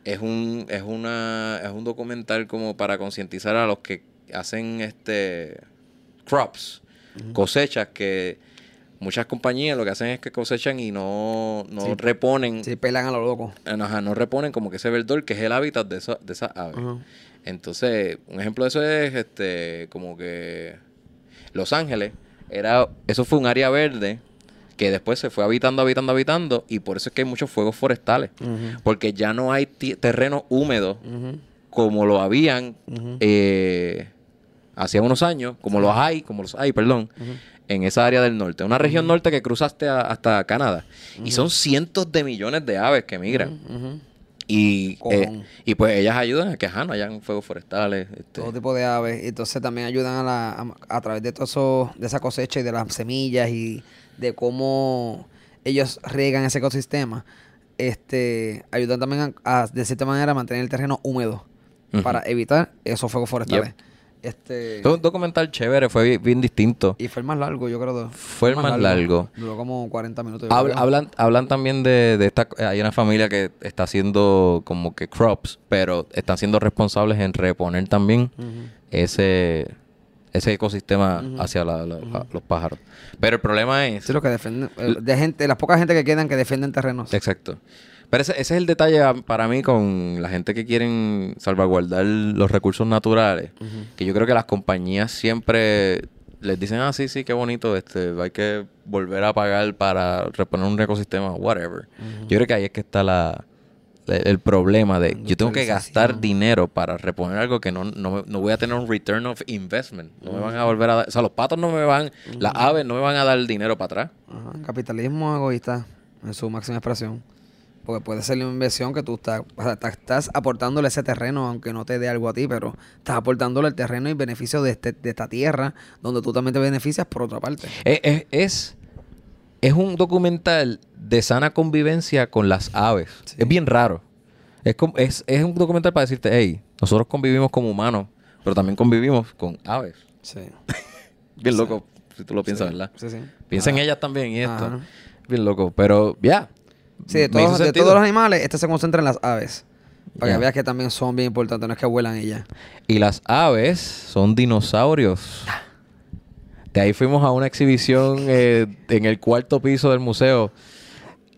[SPEAKER 2] es un, es una, es un documental como para concientizar a los que hacen este crops, cosechas que muchas compañías lo que hacen es que cosechan y no, no
[SPEAKER 3] Sí.
[SPEAKER 2] reponen,
[SPEAKER 3] Sí, pelan a lo loco.
[SPEAKER 2] ajá, no reponen como que ese verdor que es el hábitat de esa, de esas aves.
[SPEAKER 3] Ajá.
[SPEAKER 2] Entonces, un ejemplo de eso es este como que Los Ángeles era eso fue un área verde que después se fue habitando, habitando, habitando y por eso es que hay muchos fuegos forestales, porque ya no hay ti- terreno húmedo como lo habían eh, hacía unos años, como los hay, como los hay, perdón, en esa área del norte, una región norte que cruzaste a- hasta Canadá y son cientos de millones de aves que migran.
[SPEAKER 3] Ujú.
[SPEAKER 2] Y,
[SPEAKER 3] Cojón.
[SPEAKER 2] eh, y pues ellas ayudan a que ajá, no hayan fuegos forestales. este.
[SPEAKER 3] Todo tipo de aves. Y Entonces también ayudan a, la, a, a través de todo eso, de esa cosecha y de las semillas y de cómo ellos riegan ese ecosistema. Este, ayudan también a, a, de cierta manera a mantener el terreno húmedo
[SPEAKER 2] Ujú.
[SPEAKER 3] para evitar esos fuegos forestales. Este,
[SPEAKER 2] Fue un documental chévere, fue bien, bien distinto.
[SPEAKER 3] y fue el más largo, yo creo.
[SPEAKER 2] Fue el más largo.
[SPEAKER 3] Duró como 40 minutos. yo
[SPEAKER 2] Habl-
[SPEAKER 3] creo.
[SPEAKER 2] hablan, hablan también de, de esta... Hay una familia que está haciendo como que crops, pero están siendo responsables en reponer también ese, ese ecosistema hacia la- la- a los pájaros. Pero el problema es...
[SPEAKER 3] Sí, lo que defienden. eh, De gente, las pocas gente que quedan que defienden terrenos.
[SPEAKER 2] Exacto. Pero ese, ese es el detalle a- para mí con la gente que quieren salvaguardar los recursos naturales. Que yo creo que las compañías siempre les dicen, ah, sí, sí, qué bonito, este, hay que volver a pagar para reponer un ecosistema, whatever. Yo creo que ahí es que está la, la- el problema de, yo tengo que gastar
[SPEAKER 3] Industrialización.
[SPEAKER 2] dinero para reponer algo que no, no, me- no voy a tener un return of investment. No me van a volver a dar, o sea, los patos no me van, las aves no me van a dar el dinero para atrás.
[SPEAKER 3] Ajá, capitalismo egoísta en su máxima expresión. Porque puede ser una inversión que tú estás, o sea, estás- estás aportándole ese terreno, aunque no te dé algo a ti, pero estás aportándole el terreno y beneficio de, este- de esta tierra, donde tú también te beneficias por otra parte.
[SPEAKER 2] Es, es- Eh, es, es un documental de sana convivencia con las aves. Es bien raro. Es, como- es, es un documental para decirte, hey, nosotros convivimos como humanos, pero también convivimos con aves.
[SPEAKER 3] Sí.
[SPEAKER 4] Bien loco, si tú lo piensas, ¿verdad?
[SPEAKER 3] Sí, sí.
[SPEAKER 2] Piensa en ellas también y esto.
[SPEAKER 3] Ajá.
[SPEAKER 2] Bien loco, pero ya.
[SPEAKER 3] Sí, de
[SPEAKER 2] Me hizo
[SPEAKER 3] todos, de
[SPEAKER 2] sentido.
[SPEAKER 3] todos los animales, este se concentra en las aves. Para
[SPEAKER 2] Ya.
[SPEAKER 3] que veas que también son bien importantes, no es que vuelan ellas.
[SPEAKER 2] Y las aves son dinosaurios.
[SPEAKER 3] Ah.
[SPEAKER 2] De ahí fuimos a una exhibición eh, en el cuarto piso del museo.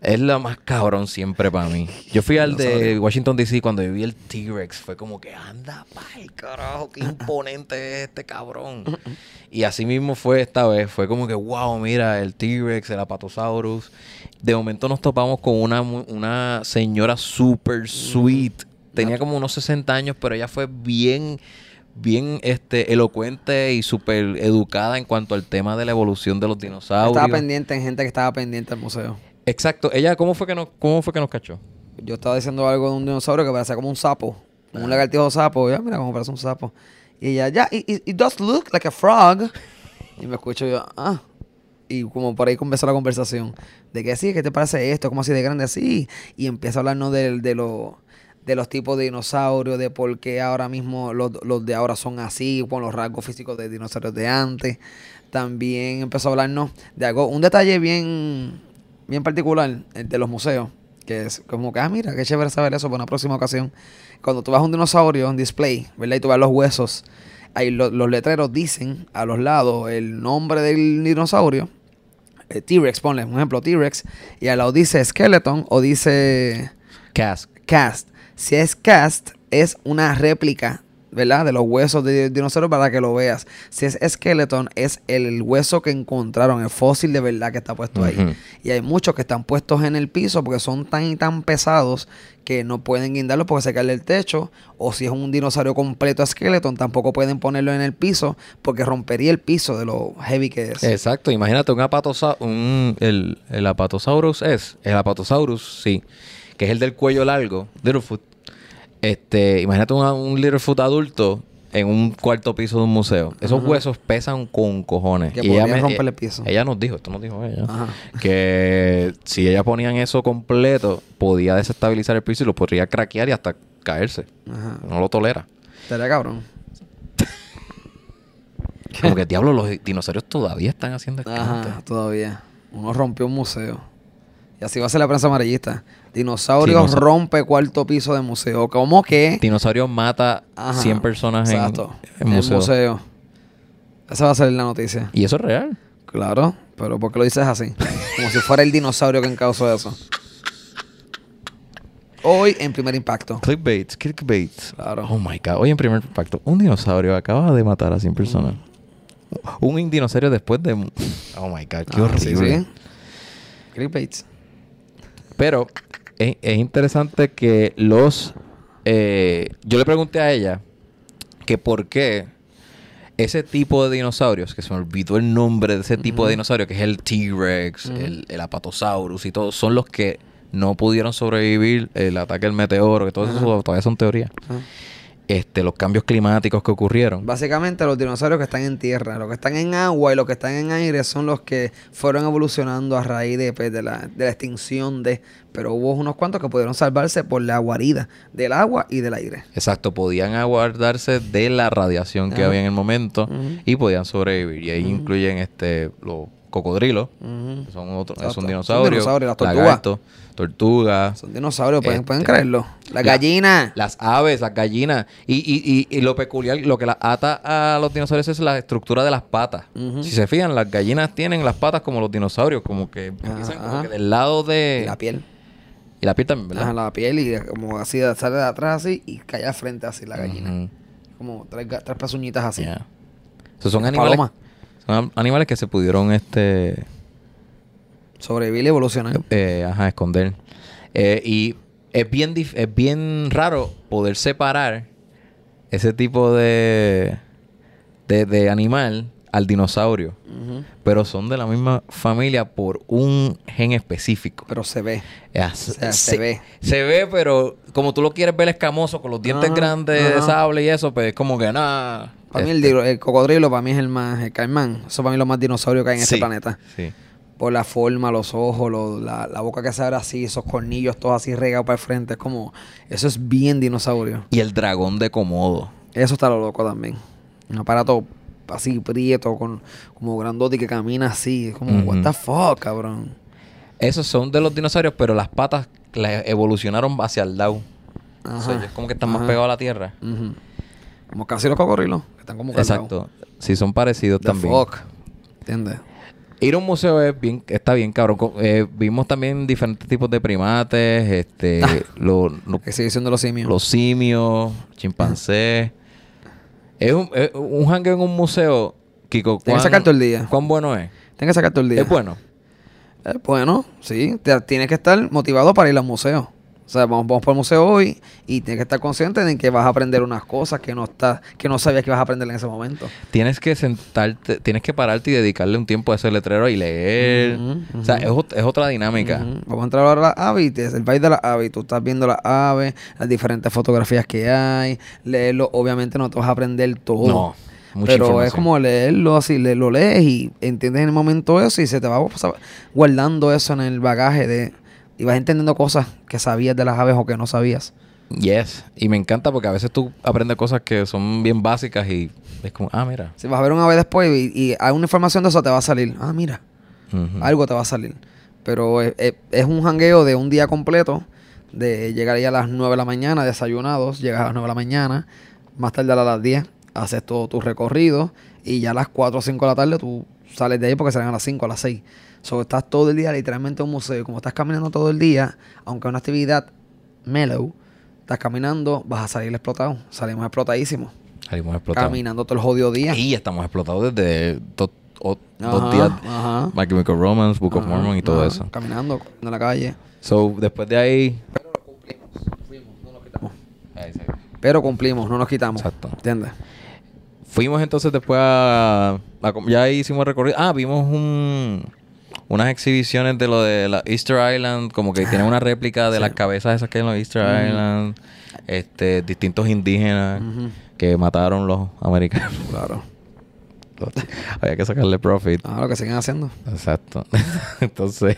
[SPEAKER 2] Es la más cabrón siempre para mí. Yo fui al de Washington DC cuando vi el T-Rex. Fue como que anda pa'l carajo, qué imponente es este cabrón. Y así mismo fue esta vez. Fue como que wow, mira el T-Rex, el Apatosaurus. De momento nos topamos con una, mu- una señora super sweet. Tenía como unos 60 años, pero ella fue bien bien este elocuente y súper educada en cuanto al tema de la evolución de los dinosaurios.
[SPEAKER 3] Estaba pendiente en gente que estaba pendiente al museo.
[SPEAKER 2] Exacto. Ella, ¿cómo fue que nos, cómo fue que nos cachó?
[SPEAKER 3] Yo estaba diciendo algo de un dinosaurio que parecía como un sapo, como un lagartijo sapo. Ya, mira cómo parece un sapo. Y ella, ya, it, it- it does look like a frog. Y me escucho yo, ah. Y como por ahí comenzó la conversación. De que sí, ¿qué te parece esto? ¿Cómo así de grande así? Y empieza a hablarnos del- de, lo- de los tipos de dinosaurios, de por qué ahora mismo los, los de ahora son así, con los rasgos físicos de dinosaurios de antes. También empezó a hablarnos de algo, un detalle bien, bien particular, el de los museos. Que es como que, ah, mira, qué chévere saber eso para una próxima ocasión. Cuando tú vas a un dinosaurio en display, ¿verdad? Y tú vas los huesos, ahí lo- los letreros dicen a los lados el nombre del dinosaurio. eh, T-Rex, ponle un ejemplo, T-Rex. Y al lado dice Skeleton o dice
[SPEAKER 2] Cask.
[SPEAKER 3] cast. Si es cast, es una réplica, ¿verdad? De los huesos de dinosaurio para que lo veas. Si es skeleton, es el hueso que encontraron, el fósil de verdad que está puesto
[SPEAKER 2] Ujú.
[SPEAKER 3] ahí. Y hay muchos que están puestos en el piso porque son tan y tan pesados que no pueden guindarlos porque se cae del techo. O si es un dinosaurio completo skeleton, tampoco pueden ponerlo en el piso porque rompería el piso de lo heavy que es.
[SPEAKER 2] Exacto. Imagínate un apatosaurus, un, el, el apatosaurus es, el apatosaurus, sí, que es el del cuello largo, Littlefoot. Este, imagínate un, un Littlefoot adulto en un cuarto piso de un museo. Esos huesos pesan con cojones.
[SPEAKER 3] Que
[SPEAKER 2] Y ella
[SPEAKER 3] podrían
[SPEAKER 2] me-
[SPEAKER 3] romper el
[SPEAKER 2] eh,
[SPEAKER 3] piso.
[SPEAKER 2] Ella nos dijo, esto nos dijo ella,
[SPEAKER 3] Ajá.
[SPEAKER 2] que si ella ponían eso completo, podía desestabilizar el piso y lo podría craquear y hasta caerse.
[SPEAKER 3] Ajá.
[SPEAKER 2] No lo tolera.
[SPEAKER 3] Estaría cabrón.
[SPEAKER 2] Como que diablo, los dinosaurios todavía están haciendo escante.
[SPEAKER 3] Ajá, todavía. Uno rompió un museo. Y así va a ser la prensa amarillista. Dinosaurios
[SPEAKER 2] Dinosa-
[SPEAKER 3] rompe cuarto piso de museo. ¿Cómo que?
[SPEAKER 2] Dinosaurio mata
[SPEAKER 3] Ajá,
[SPEAKER 2] 100 personas en,
[SPEAKER 3] exacto,
[SPEAKER 2] en museo.
[SPEAKER 3] Esa va a ser la noticia.
[SPEAKER 2] Y eso es real.
[SPEAKER 3] Claro, pero ¿por qué lo dices así? Como si fuera el dinosaurio que causó eso. Hoy en primer impacto.
[SPEAKER 2] Clickbait, clickbait.
[SPEAKER 3] Claro.
[SPEAKER 2] Oh my god. Hoy en primer impacto, un dinosaurio acaba de matar a 100 personas. Un dinosaurio después de. Oh my god, qué
[SPEAKER 3] Mm. Ah, sí,
[SPEAKER 2] horrible.
[SPEAKER 3] sí. Clickbaits.
[SPEAKER 2] Pero es, es interesante que los... eh, yo le pregunté a ella que por qué ese tipo de dinosaurios, que se me olvidó el nombre de ese tipo de dinosaurio, que es el T-Rex, el, el Apatosaurus y todo, son los que no pudieron sobrevivir el ataque del meteoro, que todo eso todavía son teorías.
[SPEAKER 3] Ajá.
[SPEAKER 2] Este, los cambios climáticos que ocurrieron.
[SPEAKER 3] Básicamente los dinosaurios que están en tierra, los que están en agua y los que están en aire son los que fueron evolucionando a raíz de, pues, de la, de la extinción de... Pero hubo unos cuantos que pudieron salvarse por la guarida del agua y del aire.
[SPEAKER 2] Exacto, podían aguardarse de la radiación que
[SPEAKER 3] Ajá.
[SPEAKER 2] había en el momento
[SPEAKER 3] Ujú.
[SPEAKER 2] y podían sobrevivir. Y ahí incluyen este los cocodrilos, que son otros,
[SPEAKER 3] Exacto.
[SPEAKER 2] son
[SPEAKER 3] Son
[SPEAKER 2] dinosaurios,
[SPEAKER 3] dinosaurios, las tortugas.
[SPEAKER 2] lagartos, tortugas,
[SPEAKER 3] Son dinosaurios, pueden,
[SPEAKER 2] Este,
[SPEAKER 3] pueden creerlo. La
[SPEAKER 2] la-
[SPEAKER 3] gallina.
[SPEAKER 2] las aves, las gallinas. Y, y- y- y lo peculiar, lo que las ata a los dinosaurios es la estructura de las patas. Si se fijan, las gallinas tienen las patas como los dinosaurios, como que, empiezan como
[SPEAKER 3] Ah, Ajá.
[SPEAKER 2] que del lado de...
[SPEAKER 3] la piel.
[SPEAKER 2] y la piel también, eh, ¿verdad?
[SPEAKER 3] Ajá, la piel y eh, como así sale de atrás así y cae al frente así la gallina.
[SPEAKER 2] Ujú.
[SPEAKER 3] Como tres, ga- tres pezuñitas así.
[SPEAKER 2] Ya. O sea, son animales.
[SPEAKER 3] Paloma.
[SPEAKER 2] Son animales que se pudieron este
[SPEAKER 3] Sobrevivir y evolucionar.
[SPEAKER 2] eh, ajá, esconder. Eh, y es bien dif- es bien raro poder separar ese tipo de de, de animal al dinosaurio, pero son de la misma familia por un gen específico.
[SPEAKER 3] Pero se ve.
[SPEAKER 2] Ya,
[SPEAKER 3] sea, se ve.
[SPEAKER 2] Se ve, pero como tú lo quieres ver escamoso, con los dientes
[SPEAKER 3] Ajá,
[SPEAKER 2] grandes de
[SPEAKER 3] ajá.
[SPEAKER 2] sable y eso, pues es como que Este, nada.
[SPEAKER 3] Para mí el, dino- el cocodrilo, para mí es el más, el caimán. Eso para mí es lo más dinosaurio que hay en este planeta.
[SPEAKER 2] Sí.
[SPEAKER 3] Por la forma, los ojos, lo- la, la boca que se abre así, esos cornillos todos así regados para el frente. Es como, eso es bien dinosaurio.
[SPEAKER 2] Y el dragón de Komodo.
[SPEAKER 3] Eso está lo loco también. Un aparato así prieto, con, como grandote que camina así. Es como,
[SPEAKER 2] Ujú.
[SPEAKER 3] what the fuck, cabrón.
[SPEAKER 2] Esos son de los dinosaurios, pero las patas las evolucionaron hacia el lado. O sea,
[SPEAKER 3] Ajá,
[SPEAKER 2] ellos como que están más
[SPEAKER 3] ajá.
[SPEAKER 2] pegados a la tierra.
[SPEAKER 3] Ujú. Como casi los cocodrilos, que están como cargados.
[SPEAKER 2] Exacto. Sí, son parecidos
[SPEAKER 3] The
[SPEAKER 2] también.
[SPEAKER 3] fuck. ¿Entiendes?
[SPEAKER 2] Ir a un museo es bien, está bien, cabrón. Co- eh, vimos también diferentes tipos de primates, este, lo- lo-
[SPEAKER 3] Exhibición de los simios.
[SPEAKER 2] los simios, chimpancés. es un, es un jangueo en un museo, Kiko.
[SPEAKER 3] Tienes que
[SPEAKER 2] ¿cuán-
[SPEAKER 3] sacar todo el día.
[SPEAKER 2] ¿Cuán bueno es?
[SPEAKER 3] Tienes que sacar todo el día.
[SPEAKER 2] Es bueno.
[SPEAKER 3] Eh, bueno, sí. Te- tienes que estar motivado para ir al museo. O sea, vamos, vamos para el museo hoy y tienes que estar consciente de que vas a aprender unas cosas que no estás, que no sabías que vas a aprender en ese momento.
[SPEAKER 2] Tienes que sentarte, tienes que pararte y dedicarle un tiempo a ese letrero y leer.
[SPEAKER 3] Ujú,
[SPEAKER 2] O sea, es, ot- es otra dinámica.
[SPEAKER 3] Ujú. Vamos a entrar ahora a las aves y te- el país de las aves. y Tú estás viendo las aves, las diferentes fotografías que hay, leerlo. Obviamente no te vas a aprender todo.
[SPEAKER 2] No, mucha
[SPEAKER 3] pero es
[SPEAKER 2] información.
[SPEAKER 3] como leerlo así, le- lo lees y entiendes en el momento eso y se te va pues, guardando eso en el bagaje de y vas entendiendo cosas que sabías de las aves o que no sabías.
[SPEAKER 2] Yes. Y me encanta porque a veces tú aprendes cosas que son bien básicas y es como, ah, mira.
[SPEAKER 3] Si vas a ver una ave después y, y hay una información de eso te va a salir. Ah, mira.
[SPEAKER 2] Ujú.
[SPEAKER 3] algo te va a salir. Pero es, es- es un jangueo de un día completo, de llegar ahí a las 9 de la mañana, desayunados, llegas a las 9 de la mañana, más tarde a las 10, haces todo tu recorrido y ya a las 4 o 5 de la tarde tú sales de ahí porque salen a las 5, a las 6. So, estás todo el día literalmente en un museo. Como estás caminando todo el día, aunque es una actividad mellow, estás caminando, vas a salir explotado. Salimos explotadísimos.
[SPEAKER 2] Salimos explotados.
[SPEAKER 3] Caminando todo el jodido día.
[SPEAKER 2] Y estamos explotados desde to- o-
[SPEAKER 3] Ajá,
[SPEAKER 2] dos días.
[SPEAKER 3] ajá.
[SPEAKER 2] My Chemical Romance, Book of
[SPEAKER 3] Ajá,
[SPEAKER 2] Mormon y todo
[SPEAKER 3] ajá,
[SPEAKER 2] eso.
[SPEAKER 3] Caminando en la calle.
[SPEAKER 2] So, después de ahí...
[SPEAKER 3] Pero cumplimos, no nos quitamos.
[SPEAKER 2] Exacto.
[SPEAKER 3] ¿Entiendes?
[SPEAKER 2] Fuimos entonces después a... a com- ya hicimos recorrido. Ah, vimos un... Unas exhibiciones de lo de la Easter Island, como que tienen una réplica de las cabezas esas que hay en los Easter Island, este, distintos indígenas que mataron los americanos.
[SPEAKER 3] Claro.
[SPEAKER 2] Había que sacarle profit.
[SPEAKER 3] Ah, lo que siguen haciendo.
[SPEAKER 2] Exacto. Entonces,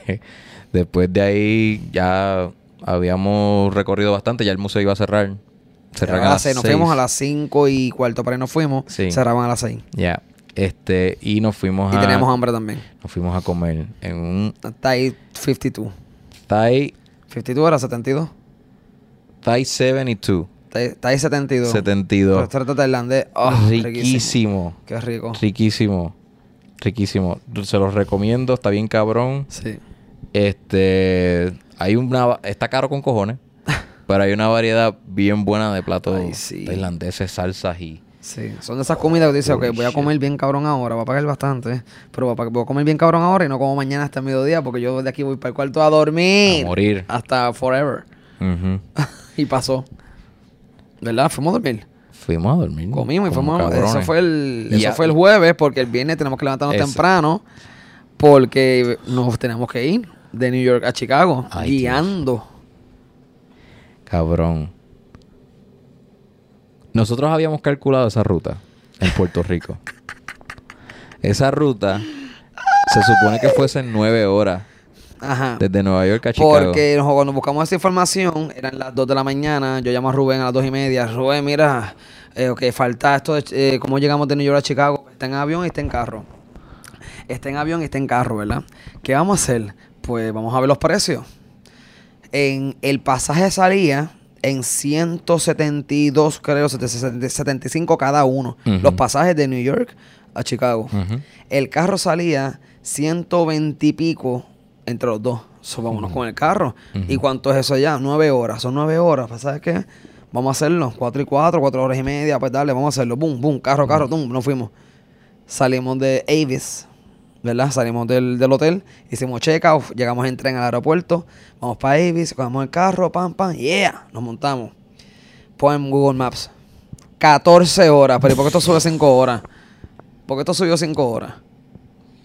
[SPEAKER 2] después de ahí ya habíamos recorrido bastante, ya el museo iba a cerrar. Cerraban
[SPEAKER 3] Cerraban a las seis. Nos
[SPEAKER 2] seis.
[SPEAKER 3] fuimos a las 5 y cuarto, para ahí nos fuimos.
[SPEAKER 2] Sí.
[SPEAKER 3] Cerraban a las 6.
[SPEAKER 2] Ya. Este, y nos fuimos
[SPEAKER 3] Y
[SPEAKER 2] a
[SPEAKER 3] teníamos hambre también.
[SPEAKER 2] nos fuimos a comer en un
[SPEAKER 3] Está ahí 52.
[SPEAKER 2] Thai
[SPEAKER 3] 52 era 72.
[SPEAKER 2] Thai 72,
[SPEAKER 3] Está ahí- Está ahí 72.
[SPEAKER 2] 72.
[SPEAKER 3] Restaurante tailandés. Oh, riquísimo.
[SPEAKER 2] Ah, riquísimo,
[SPEAKER 3] Qué rico.
[SPEAKER 2] riquísimo, riquísimo. Se los recomiendo, está bien cabrón.
[SPEAKER 3] Sí.
[SPEAKER 2] Este, hay una, está caro con cojones, pero hay una variedad bien buena de platos
[SPEAKER 3] Ay, sí.
[SPEAKER 2] tailandeses, salsas y
[SPEAKER 3] Sí. Son de esas comidas que dices, ok,
[SPEAKER 2] Holy
[SPEAKER 3] voy a
[SPEAKER 2] shit.
[SPEAKER 3] comer bien cabrón ahora. Voy a pagar bastante. Pero voy a pa- voy a comer bien cabrón ahora y no como mañana hasta el mediodía porque yo de aquí voy para el cuarto a dormir.
[SPEAKER 2] a morir.
[SPEAKER 3] Hasta forever.
[SPEAKER 2] Ujú.
[SPEAKER 3] y pasó. ¿Verdad? Fuimos a dormir.
[SPEAKER 2] Fuimos a dormir.
[SPEAKER 3] Comimos y
[SPEAKER 2] Mm, como
[SPEAKER 3] fuimos. a- Eso
[SPEAKER 2] cabrones.
[SPEAKER 3] fue el, eso
[SPEAKER 2] Ya.
[SPEAKER 3] fue el jueves, porque el viernes tenemos que levantarnos
[SPEAKER 2] Eso.
[SPEAKER 3] temprano, porque nos tenemos que ir de New York a Chicago,
[SPEAKER 2] Ay,
[SPEAKER 3] guiando.
[SPEAKER 2] Cabrón. Nosotros habíamos calculado esa ruta en Puerto Rico. esa ruta se supone que fuese nueve horas
[SPEAKER 3] Ajá.
[SPEAKER 2] desde Nueva York a Chicago.
[SPEAKER 3] Porque nos- cuando buscamos esa información, eran las 2 de la mañana, yo llamo a Rubén a las 2 y media, Rubén, mira, eh, ok, falta esto, de, eh, ¿cómo llegamos de New York a Chicago? Está en avión y está en carro. Está en avión y está en carro, ¿verdad? ¿Qué vamos a hacer? Pues vamos a ver los precios. En el pasaje salía en 172, creo, 75 cada uno.
[SPEAKER 2] Ujú.
[SPEAKER 3] Los pasajes de New York a Chicago.
[SPEAKER 2] Ujú.
[SPEAKER 3] El carro salía 120 y pico entre los dos. So, vámonos con el carro. ¿Y cuánto es eso ya? Nueve horas. Son nueve horas. Pues, ¿Sabes qué? Vamos a hacerlo. Cuatro y cuatro, cuatro horas y media. Pues dale, vamos a hacerlo. Boom, boom, carro, carro, boom. Nos fuimos. Salimos de Avis, ¿verdad? Salimos del, del hotel, hicimos check-out, llegamos en tren al aeropuerto, vamos para Avis, cogemos el carro, pam, pam, yeah, nos montamos. Pon Google Maps. 14 horas, pero ¿y ¿por qué esto sube 5 horas? ¿Por qué esto subió cinco horas?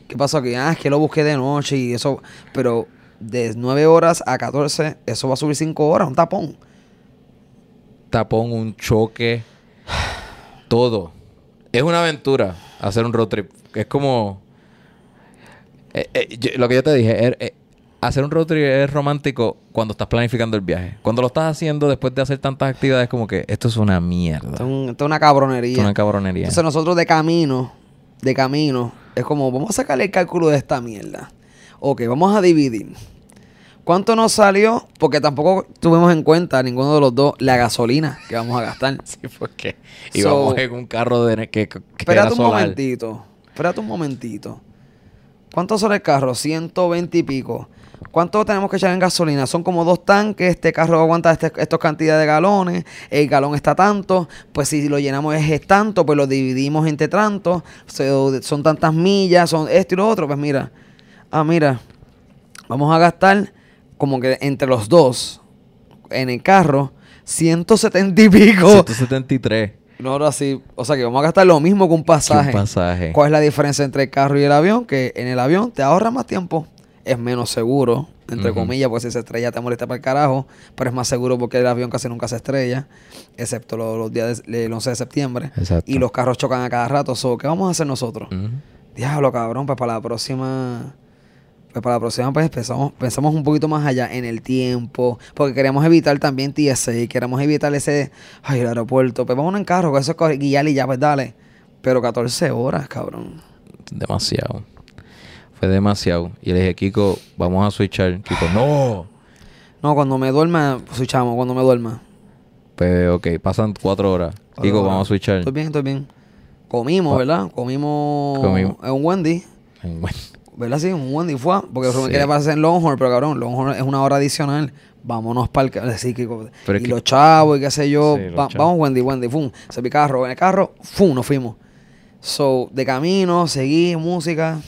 [SPEAKER 3] ¿Qué pasó aquí? Ah, es que lo busqué de noche y eso. Pero de 9 horas a 14, eso va a subir 5 horas, un tapón.
[SPEAKER 2] tapón, un choque, todo. Es una aventura hacer un road trip. Es como... eh, eh, yo- lo que yo te dije, er- eh, hacer un road trip es romántico cuando estás planificando el viaje. Cuando lo estás haciendo después de hacer tantas actividades, como que esto es una mierda.
[SPEAKER 3] Esto es, un- esto es una cabronería.
[SPEAKER 2] Es una cabronería.
[SPEAKER 3] Entonces nosotros de camino, de camino, es como, vamos a sacarle el cálculo de esta mierda. Ok, vamos a dividir. ¿Cuánto nos salió? Porque tampoco tuvimos en cuenta ninguno de los dos la gasolina que vamos a gastar.
[SPEAKER 2] Sí, porque y
[SPEAKER 3] So-
[SPEAKER 2] vamos en un carro de que, que era
[SPEAKER 3] Espérate un
[SPEAKER 2] solar.
[SPEAKER 3] momentito. Espérate un momentito. ¿Cuánto sale el carro? 120 y pico. ¿Cuánto tenemos que echar en gasolina? Son como dos tanques. Este carro aguanta este- estas cantidades de galones. El galón está tanto. Pues si lo llenamos es, es tanto, pues lo dividimos entre tanto. So, son tantas millas, son esto y lo otro. Pues mira. Ah, mira. Vamos a gastar como que entre los dos en el carro 170 y pico.
[SPEAKER 2] 173.
[SPEAKER 3] Nosotros así, o sea que vamos a gastar lo mismo que un pasaje.
[SPEAKER 2] pasaje.
[SPEAKER 3] ¿Cuál es la diferencia entre el carro y el avión? Que en el avión te ahorra más tiempo, es menos seguro, entre
[SPEAKER 2] Ujú.
[SPEAKER 3] comillas, porque si se estrella te molesta para el carajo, pero es más seguro porque el avión casi nunca se estrella, excepto lo- los, días del el 11 de septiembre.
[SPEAKER 2] Exacto.
[SPEAKER 3] Y los carros chocan a cada rato. So, ¿Qué vamos a hacer nosotros?
[SPEAKER 2] Ujú.
[SPEAKER 3] Diablo, cabrón, pues para la próxima. Pues para la próxima, pues pensamos, pensamos un poquito más allá en el tiempo. Porque queremos evitar también TSA, queremos evitar ese. Ay, el aeropuerto. Pues vámonos en carro, con eso es co- guiar y ya, pues dale. Pero 14 horas, cabrón.
[SPEAKER 2] Demasiado. Fue demasiado. Y le dije, Kiko, vamos a switchar. Kiko, no.
[SPEAKER 3] No, cuando me duerma, pues, chamo, cuando me duerma.
[SPEAKER 2] Pues, ok, pasan cuatro horas. Kiko,
[SPEAKER 3] Ahora,
[SPEAKER 2] vamos a switchar.
[SPEAKER 3] Estoy bien, estoy bien. Comimos, ¿verdad? Comimos.
[SPEAKER 2] Comimos.
[SPEAKER 3] En un Wendy.
[SPEAKER 2] Bueno,
[SPEAKER 3] ¿Verdad? Sí, un Wendy fue. Porque Rubén
[SPEAKER 2] Sí.
[SPEAKER 3] quería pasar en Longhorn, pero cabrón, Longhorn es una hora adicional. Vámonos para el. Así que,
[SPEAKER 2] Pero
[SPEAKER 3] y
[SPEAKER 2] es que-
[SPEAKER 3] los chavos y qué sé yo.
[SPEAKER 2] Sí, los
[SPEAKER 3] va-
[SPEAKER 2] chavos.
[SPEAKER 3] vamos, Wendy, Wendy, fum. Se mi carro, en el carro, fum, nos fuimos. So, de camino, seguí, música.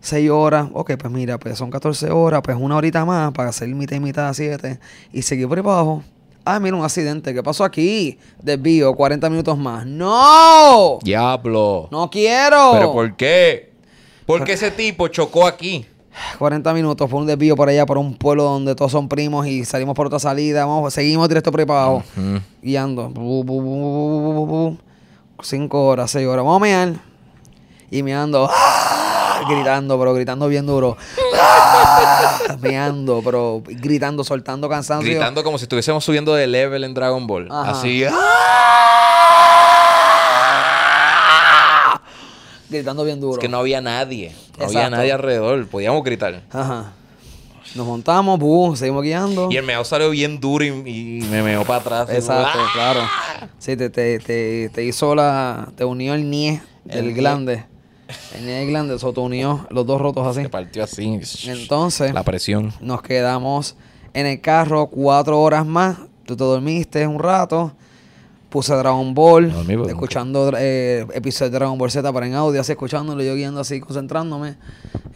[SPEAKER 3] Seis horas, ok, pues mira, pues son 14 horas, pues una horita más para hacer mitad y mitad a 7 y seguir por ahí para abajo. Ah, mira, un accidente, ¿qué pasó aquí? Desvío, 40 minutos más. ¡No!
[SPEAKER 2] Diablo.
[SPEAKER 3] ¡No quiero!
[SPEAKER 2] ¿Pero por qué? ¿Por qué ese tipo chocó aquí?
[SPEAKER 3] 40 minutos por un desvío por allá, por un pueblo donde todos son primos y salimos por otra salida. Vamos, pues, seguimos directo por ahí para abajo, guiando. Bu, bu, bu, bu, bu, bu, bu, bu. Cinco horas, seis horas. Vamos a mear. Y meando. ¡ah! Gritando, pero gritando bien duro. ¡ah! Meando, pero gritando, soltando cansancio.
[SPEAKER 2] Gritando como si estuviésemos subiendo de level en Dragon Ball.
[SPEAKER 3] Ajá.
[SPEAKER 2] Así. ah,
[SPEAKER 3] Gritando bien duro.
[SPEAKER 2] Es que no había nadie. No había
[SPEAKER 3] Exacto.
[SPEAKER 2] nadie alrededor. Podíamos gritar.
[SPEAKER 3] Ajá. Nos montamos, bu, seguimos guiando.
[SPEAKER 2] Y el meao salió bien duro y, y me meó para atrás. Y-
[SPEAKER 3] Exacto,
[SPEAKER 2] ¡Ah!
[SPEAKER 3] claro. Sí, te, te, te, te hizo la. Te unió el nie del
[SPEAKER 2] El
[SPEAKER 3] glande. El nie del glande, eso te unió los dos rotos así.
[SPEAKER 2] Se partió así.
[SPEAKER 3] Entonces,
[SPEAKER 2] La presión.
[SPEAKER 3] nos quedamos en el carro cuatro horas más. Tú te dormiste un rato. Puse Dragon Ball,
[SPEAKER 2] Me dormí, pero-
[SPEAKER 3] escuchando eh, episodios de Dragon Ball Z para en audio, así escuchándolo, yo guiando así, concentrándome.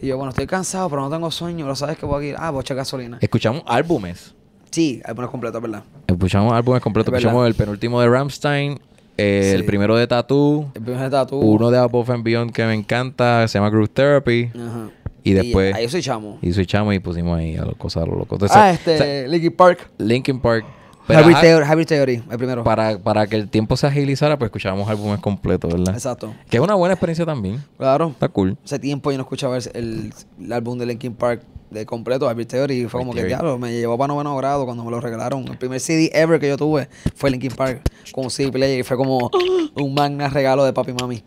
[SPEAKER 3] Y yo, bueno, estoy cansado, pero no tengo sueño, lo sabes que voy a ir. Ah, voy a echar gasolina.
[SPEAKER 2] Escuchamos álbumes.
[SPEAKER 3] Sí, hay poner completo, ¿verdad?
[SPEAKER 2] Escuchamos álbumes completos.
[SPEAKER 3] Es verdad.
[SPEAKER 2] Escuchamos el penúltimo de Ramstein, el
[SPEAKER 3] Sí. Uh.
[SPEAKER 2] primero de Tattoo,
[SPEAKER 3] El primer tatu.
[SPEAKER 2] uno de Above and Beyond que me encanta, que se llama Group Therapy.
[SPEAKER 3] Ajá.
[SPEAKER 2] Y después-
[SPEAKER 3] ahí soy chamo.
[SPEAKER 2] Y switchamos y pusimos ahí a las cosas a lo loco. Entonces,
[SPEAKER 3] Ah,
[SPEAKER 2] o sea,
[SPEAKER 3] este, Linkin Park.
[SPEAKER 2] Linkin Park. Pero
[SPEAKER 3] Hybrid
[SPEAKER 2] ah,
[SPEAKER 3] Theory, Hybrid Theory, el primero.
[SPEAKER 2] para, para que el tiempo se agilizara, pues escuchábamos álbumes completos, ¿verdad?
[SPEAKER 3] Exacto.
[SPEAKER 2] Que es una buena experiencia también.
[SPEAKER 3] Claro.
[SPEAKER 2] Está cool.
[SPEAKER 3] Hace tiempo yo no escuchaba el, el- el álbum de Linkin Park de completo, Hybrid Theory, y fue como que
[SPEAKER 2] Theory.
[SPEAKER 3] diablo, me llevó para noveno grado cuando me lo regalaron. El primer CD ever que yo tuve fue Linkin Park con un CD player y fue como un magna regalo de papi y mami.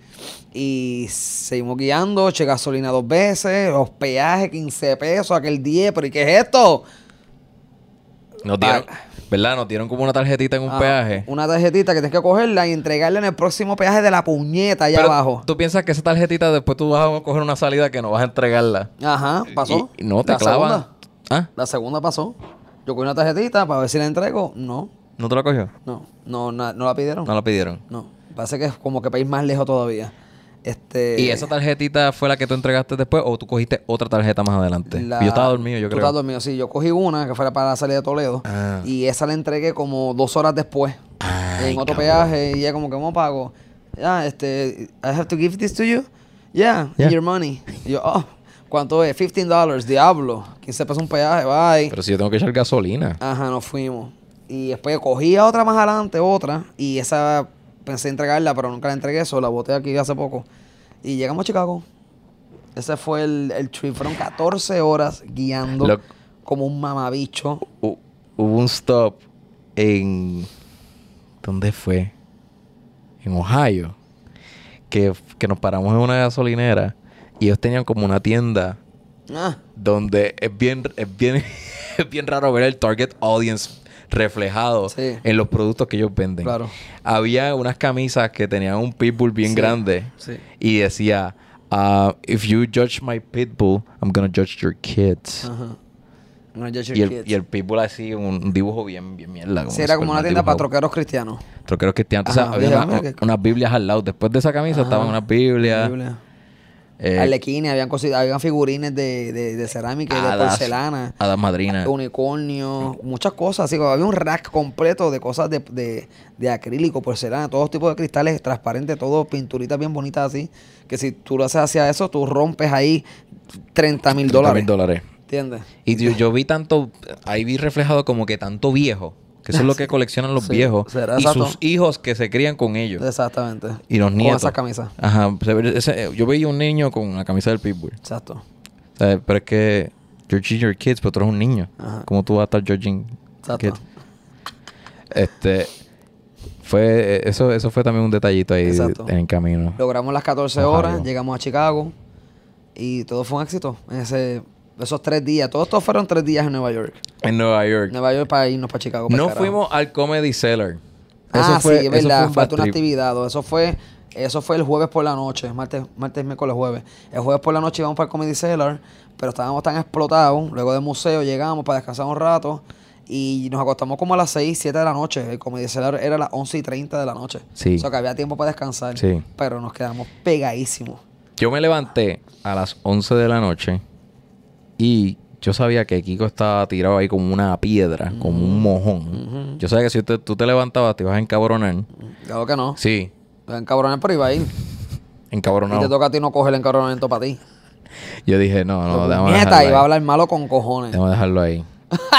[SPEAKER 3] Y seguimos guiando, eché gasolina dos veces, los peajes 15 pesos, aquel 10, pero ¿y qué es esto?
[SPEAKER 2] Nos dieron,
[SPEAKER 3] Ah.
[SPEAKER 2] ¿verdad? Nos dieron como una tarjetita en un
[SPEAKER 3] Ah,
[SPEAKER 2] peaje.
[SPEAKER 3] Una tarjetita que tienes que cogerla y entregarla en el próximo peaje de la puñeta allá
[SPEAKER 2] Pero,
[SPEAKER 3] abajo.
[SPEAKER 2] ¿Tú piensas que esa tarjetita después tú vas a coger una salida que no vas a entregarla?
[SPEAKER 3] Ajá, pasó.
[SPEAKER 2] Y- y no, te
[SPEAKER 3] la
[SPEAKER 2] clavan.
[SPEAKER 3] Segunda,
[SPEAKER 2] ¿Ah?
[SPEAKER 3] la segunda pasó. Yo cogí una tarjetita para ver si la entrego. No,
[SPEAKER 2] ¿No te la cogió?
[SPEAKER 3] no, no, na- no la pidieron.
[SPEAKER 2] No
[SPEAKER 3] No,
[SPEAKER 2] la pidieron.
[SPEAKER 3] Parece que es como que país más lejos todavía. Este.
[SPEAKER 2] ¿Y esa tarjetita fue la que tú entregaste después o tú cogiste otra tarjeta más adelante?
[SPEAKER 3] la-
[SPEAKER 2] Yo estaba dormido, yo
[SPEAKER 3] Tú
[SPEAKER 2] creo.
[SPEAKER 3] estabas dormido, sí. Yo cogí una que fuera para la salida de Toledo.
[SPEAKER 2] Ah.
[SPEAKER 3] Y esa la entregué como dos horas después.
[SPEAKER 2] Ay,
[SPEAKER 3] en otro
[SPEAKER 2] cabrón.
[SPEAKER 3] peaje. Y ya como que, ¿cómo pago? ah, este, I have to give this to you. Yeah,
[SPEAKER 2] Yeah.
[SPEAKER 3] your money. Y yo, oh, ¿cuánto es? 15 dólares, diablo. 15 pesos un peaje, bye.
[SPEAKER 2] Pero si yo tengo que echar gasolina.
[SPEAKER 3] Ajá, nos fuimos. Y después cogí a otra más adelante, otra. Y esa pensé entregarla, pero nunca la entregué. Eso la boté aquí hace poco. Y llegamos a Chicago. Ese fue el, el trip. Fueron 14 horas guiando
[SPEAKER 2] Lo-
[SPEAKER 3] como un mamabicho.
[SPEAKER 2] Hu- hubo un stop en. ¿Dónde fue? En Ohio. Que, que nos paramos en una gasolinera y ellos tenían como una tienda
[SPEAKER 3] Ah,
[SPEAKER 2] donde es bien, es bien, es bien raro ver el target audience reflejado
[SPEAKER 3] Sí.
[SPEAKER 2] en los productos que ellos venden.
[SPEAKER 3] Claro.
[SPEAKER 2] Había unas camisas que tenían un pitbull bien
[SPEAKER 3] Sí,
[SPEAKER 2] grande
[SPEAKER 3] sí.
[SPEAKER 2] y decía, ah, if you judge my pitbull, I'm gonna judge your kids.
[SPEAKER 3] ajá. No, yo
[SPEAKER 2] Y el, y el pitbull así, un dibujo bien, bien mierda.
[SPEAKER 3] Sí, era como una
[SPEAKER 2] Superman
[SPEAKER 3] tienda para
[SPEAKER 2] dibujado.
[SPEAKER 3] troqueros cristianos.
[SPEAKER 2] Troqueros cristianos. O sea,
[SPEAKER 3] Ajá,
[SPEAKER 2] había
[SPEAKER 3] mira,
[SPEAKER 2] una-
[SPEAKER 3] mira que-
[SPEAKER 2] unas Biblias al lado. Después de esa camisa estaban unas Biblias.
[SPEAKER 3] Biblia.
[SPEAKER 2] eh,
[SPEAKER 3] Arlequines, habían, cosi- habían figurines de, de, de cerámica y de
[SPEAKER 2] hadas-
[SPEAKER 3] porcelana.
[SPEAKER 2] Hadas madrinas. Ah.
[SPEAKER 3] unicornio, muchas cosas. Así que había un rack completo de cosas de, de, de acrílico, porcelana, todos tipos de cristales transparentes, todo pinturitas bien bonitas así. Que si tú lo haces hacia eso, tú rompes ahí 30 mil
[SPEAKER 2] 30
[SPEAKER 3] dólares.
[SPEAKER 2] mil dólares.
[SPEAKER 3] ¿Entiendes?
[SPEAKER 2] Y yo, yo vi tanto, ahí vi reflejado como que tanto viejo, que eso es lo que coleccionan los
[SPEAKER 3] Sí,
[SPEAKER 2] viejos,
[SPEAKER 3] será
[SPEAKER 2] y
[SPEAKER 3] exacto.
[SPEAKER 2] sus hijos que se crían con ellos,
[SPEAKER 3] Exactamente.
[SPEAKER 2] y los
[SPEAKER 3] Con
[SPEAKER 2] nietos.
[SPEAKER 3] esas camisas.
[SPEAKER 2] Ajá, se ve- ese- yo veía un niño con la camisa del pitbull,
[SPEAKER 3] Exacto.
[SPEAKER 2] O sea, pero es que, you're judging your kids, pero tú eres un niño,
[SPEAKER 3] Ajá.
[SPEAKER 2] ¿cómo tú vas a estar judging
[SPEAKER 3] Exacto.
[SPEAKER 2] kids? Este, fue, eso, eso fue también un detallito ahí
[SPEAKER 3] Exacto.
[SPEAKER 2] en el camino.
[SPEAKER 3] Logramos las 14
[SPEAKER 2] Ohio.
[SPEAKER 3] horas, llegamos a Chicago y todo fue un éxito. En ese, esos tres días, todos estos fueron tres días en Nueva York.
[SPEAKER 2] En Nueva York.
[SPEAKER 3] Nueva York para irnos para Chicago. pa'l
[SPEAKER 2] No
[SPEAKER 3] carajo.
[SPEAKER 2] fuimos al Comedy Cellar.
[SPEAKER 3] ah, sí, es
[SPEAKER 2] eso fue
[SPEAKER 3] verdad.
[SPEAKER 2] un
[SPEAKER 3] faltó
[SPEAKER 2] bad
[SPEAKER 3] una
[SPEAKER 2] trip.
[SPEAKER 3] actividad. o Eso fue, eso fue el jueves por la noche, martes, martes, miércoles, jueves. El jueves por la noche íbamos para el Comedy Cellar, pero estábamos tan explotados. Luego del museo llegamos para descansar un rato y nos acostamos como a las 6, 7 de la noche. El Comedy Cellar era a las 11 y 30 de la noche.
[SPEAKER 2] Sí.
[SPEAKER 3] O sea que había tiempo para descansar.
[SPEAKER 2] Sí.
[SPEAKER 3] Pero nos quedamos pegadísimos.
[SPEAKER 2] Yo me levanté a las 11 de la noche y yo sabía que Kiko estaba tirado ahí como una piedra, como
[SPEAKER 3] Mm.
[SPEAKER 2] un mojón.
[SPEAKER 3] Mm-hmm.
[SPEAKER 2] Yo sabía que si te- tú te levantabas te ibas a encabronar.
[SPEAKER 3] Claro que no.
[SPEAKER 2] Sí,
[SPEAKER 3] Ven cabrones por ahí va a ir. Y te
[SPEAKER 2] encabronado.
[SPEAKER 3] toca a ti no coger el encabronamiento para ti.
[SPEAKER 2] Yo dije, no, no, déjame
[SPEAKER 3] Nieta, y va a
[SPEAKER 2] dejarlo ahí.
[SPEAKER 3] hablar malo con cojones.
[SPEAKER 2] Déjame dejarlo ahí.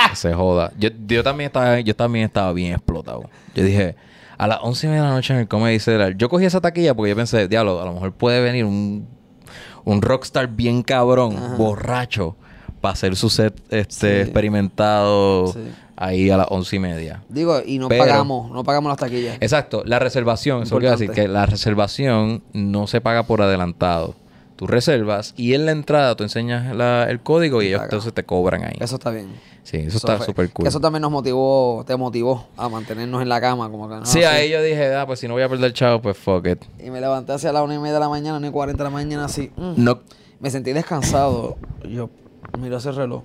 [SPEAKER 2] Que se joda. Yo, yo también estaba, yo también estaba bien explotado. Yo dije, a las 11 y media de la noche en el Comedy Cellar, yo cogí esa taquilla porque yo pensé, diablo, a lo mejor puede venir un, un rockstar bien cabrón, borracho, para hacer su set este,
[SPEAKER 3] Sí.
[SPEAKER 2] experimentado
[SPEAKER 3] Sí.
[SPEAKER 2] ahí a las 11 y media.
[SPEAKER 3] Digo, y no
[SPEAKER 2] Pero-
[SPEAKER 3] pagamos, no pagamos las taquillas.
[SPEAKER 2] Exacto, la reservación, eso quiero decir,
[SPEAKER 3] Importante.
[SPEAKER 2] que la reservación no se paga por adelantado. Tú reservas y en la entrada tú enseñas la- el código y ellos
[SPEAKER 3] paga.
[SPEAKER 2] entonces te cobran ahí.
[SPEAKER 3] Eso está bien.
[SPEAKER 2] sí, eso, está
[SPEAKER 3] fue-
[SPEAKER 2] súper cool.
[SPEAKER 3] que Eso también nos motivó, te motivó a mantenernos en la cama. Como que, no,
[SPEAKER 2] sí, ahí yo dije, ah, pues si no voy a perder chavo, pues fuck it.
[SPEAKER 3] Y me levanté hacia las una y media de la mañana, una y cuarenta de la mañana, así. mm.
[SPEAKER 2] No.
[SPEAKER 3] Me sentí descansado. Yo miro ese reloj.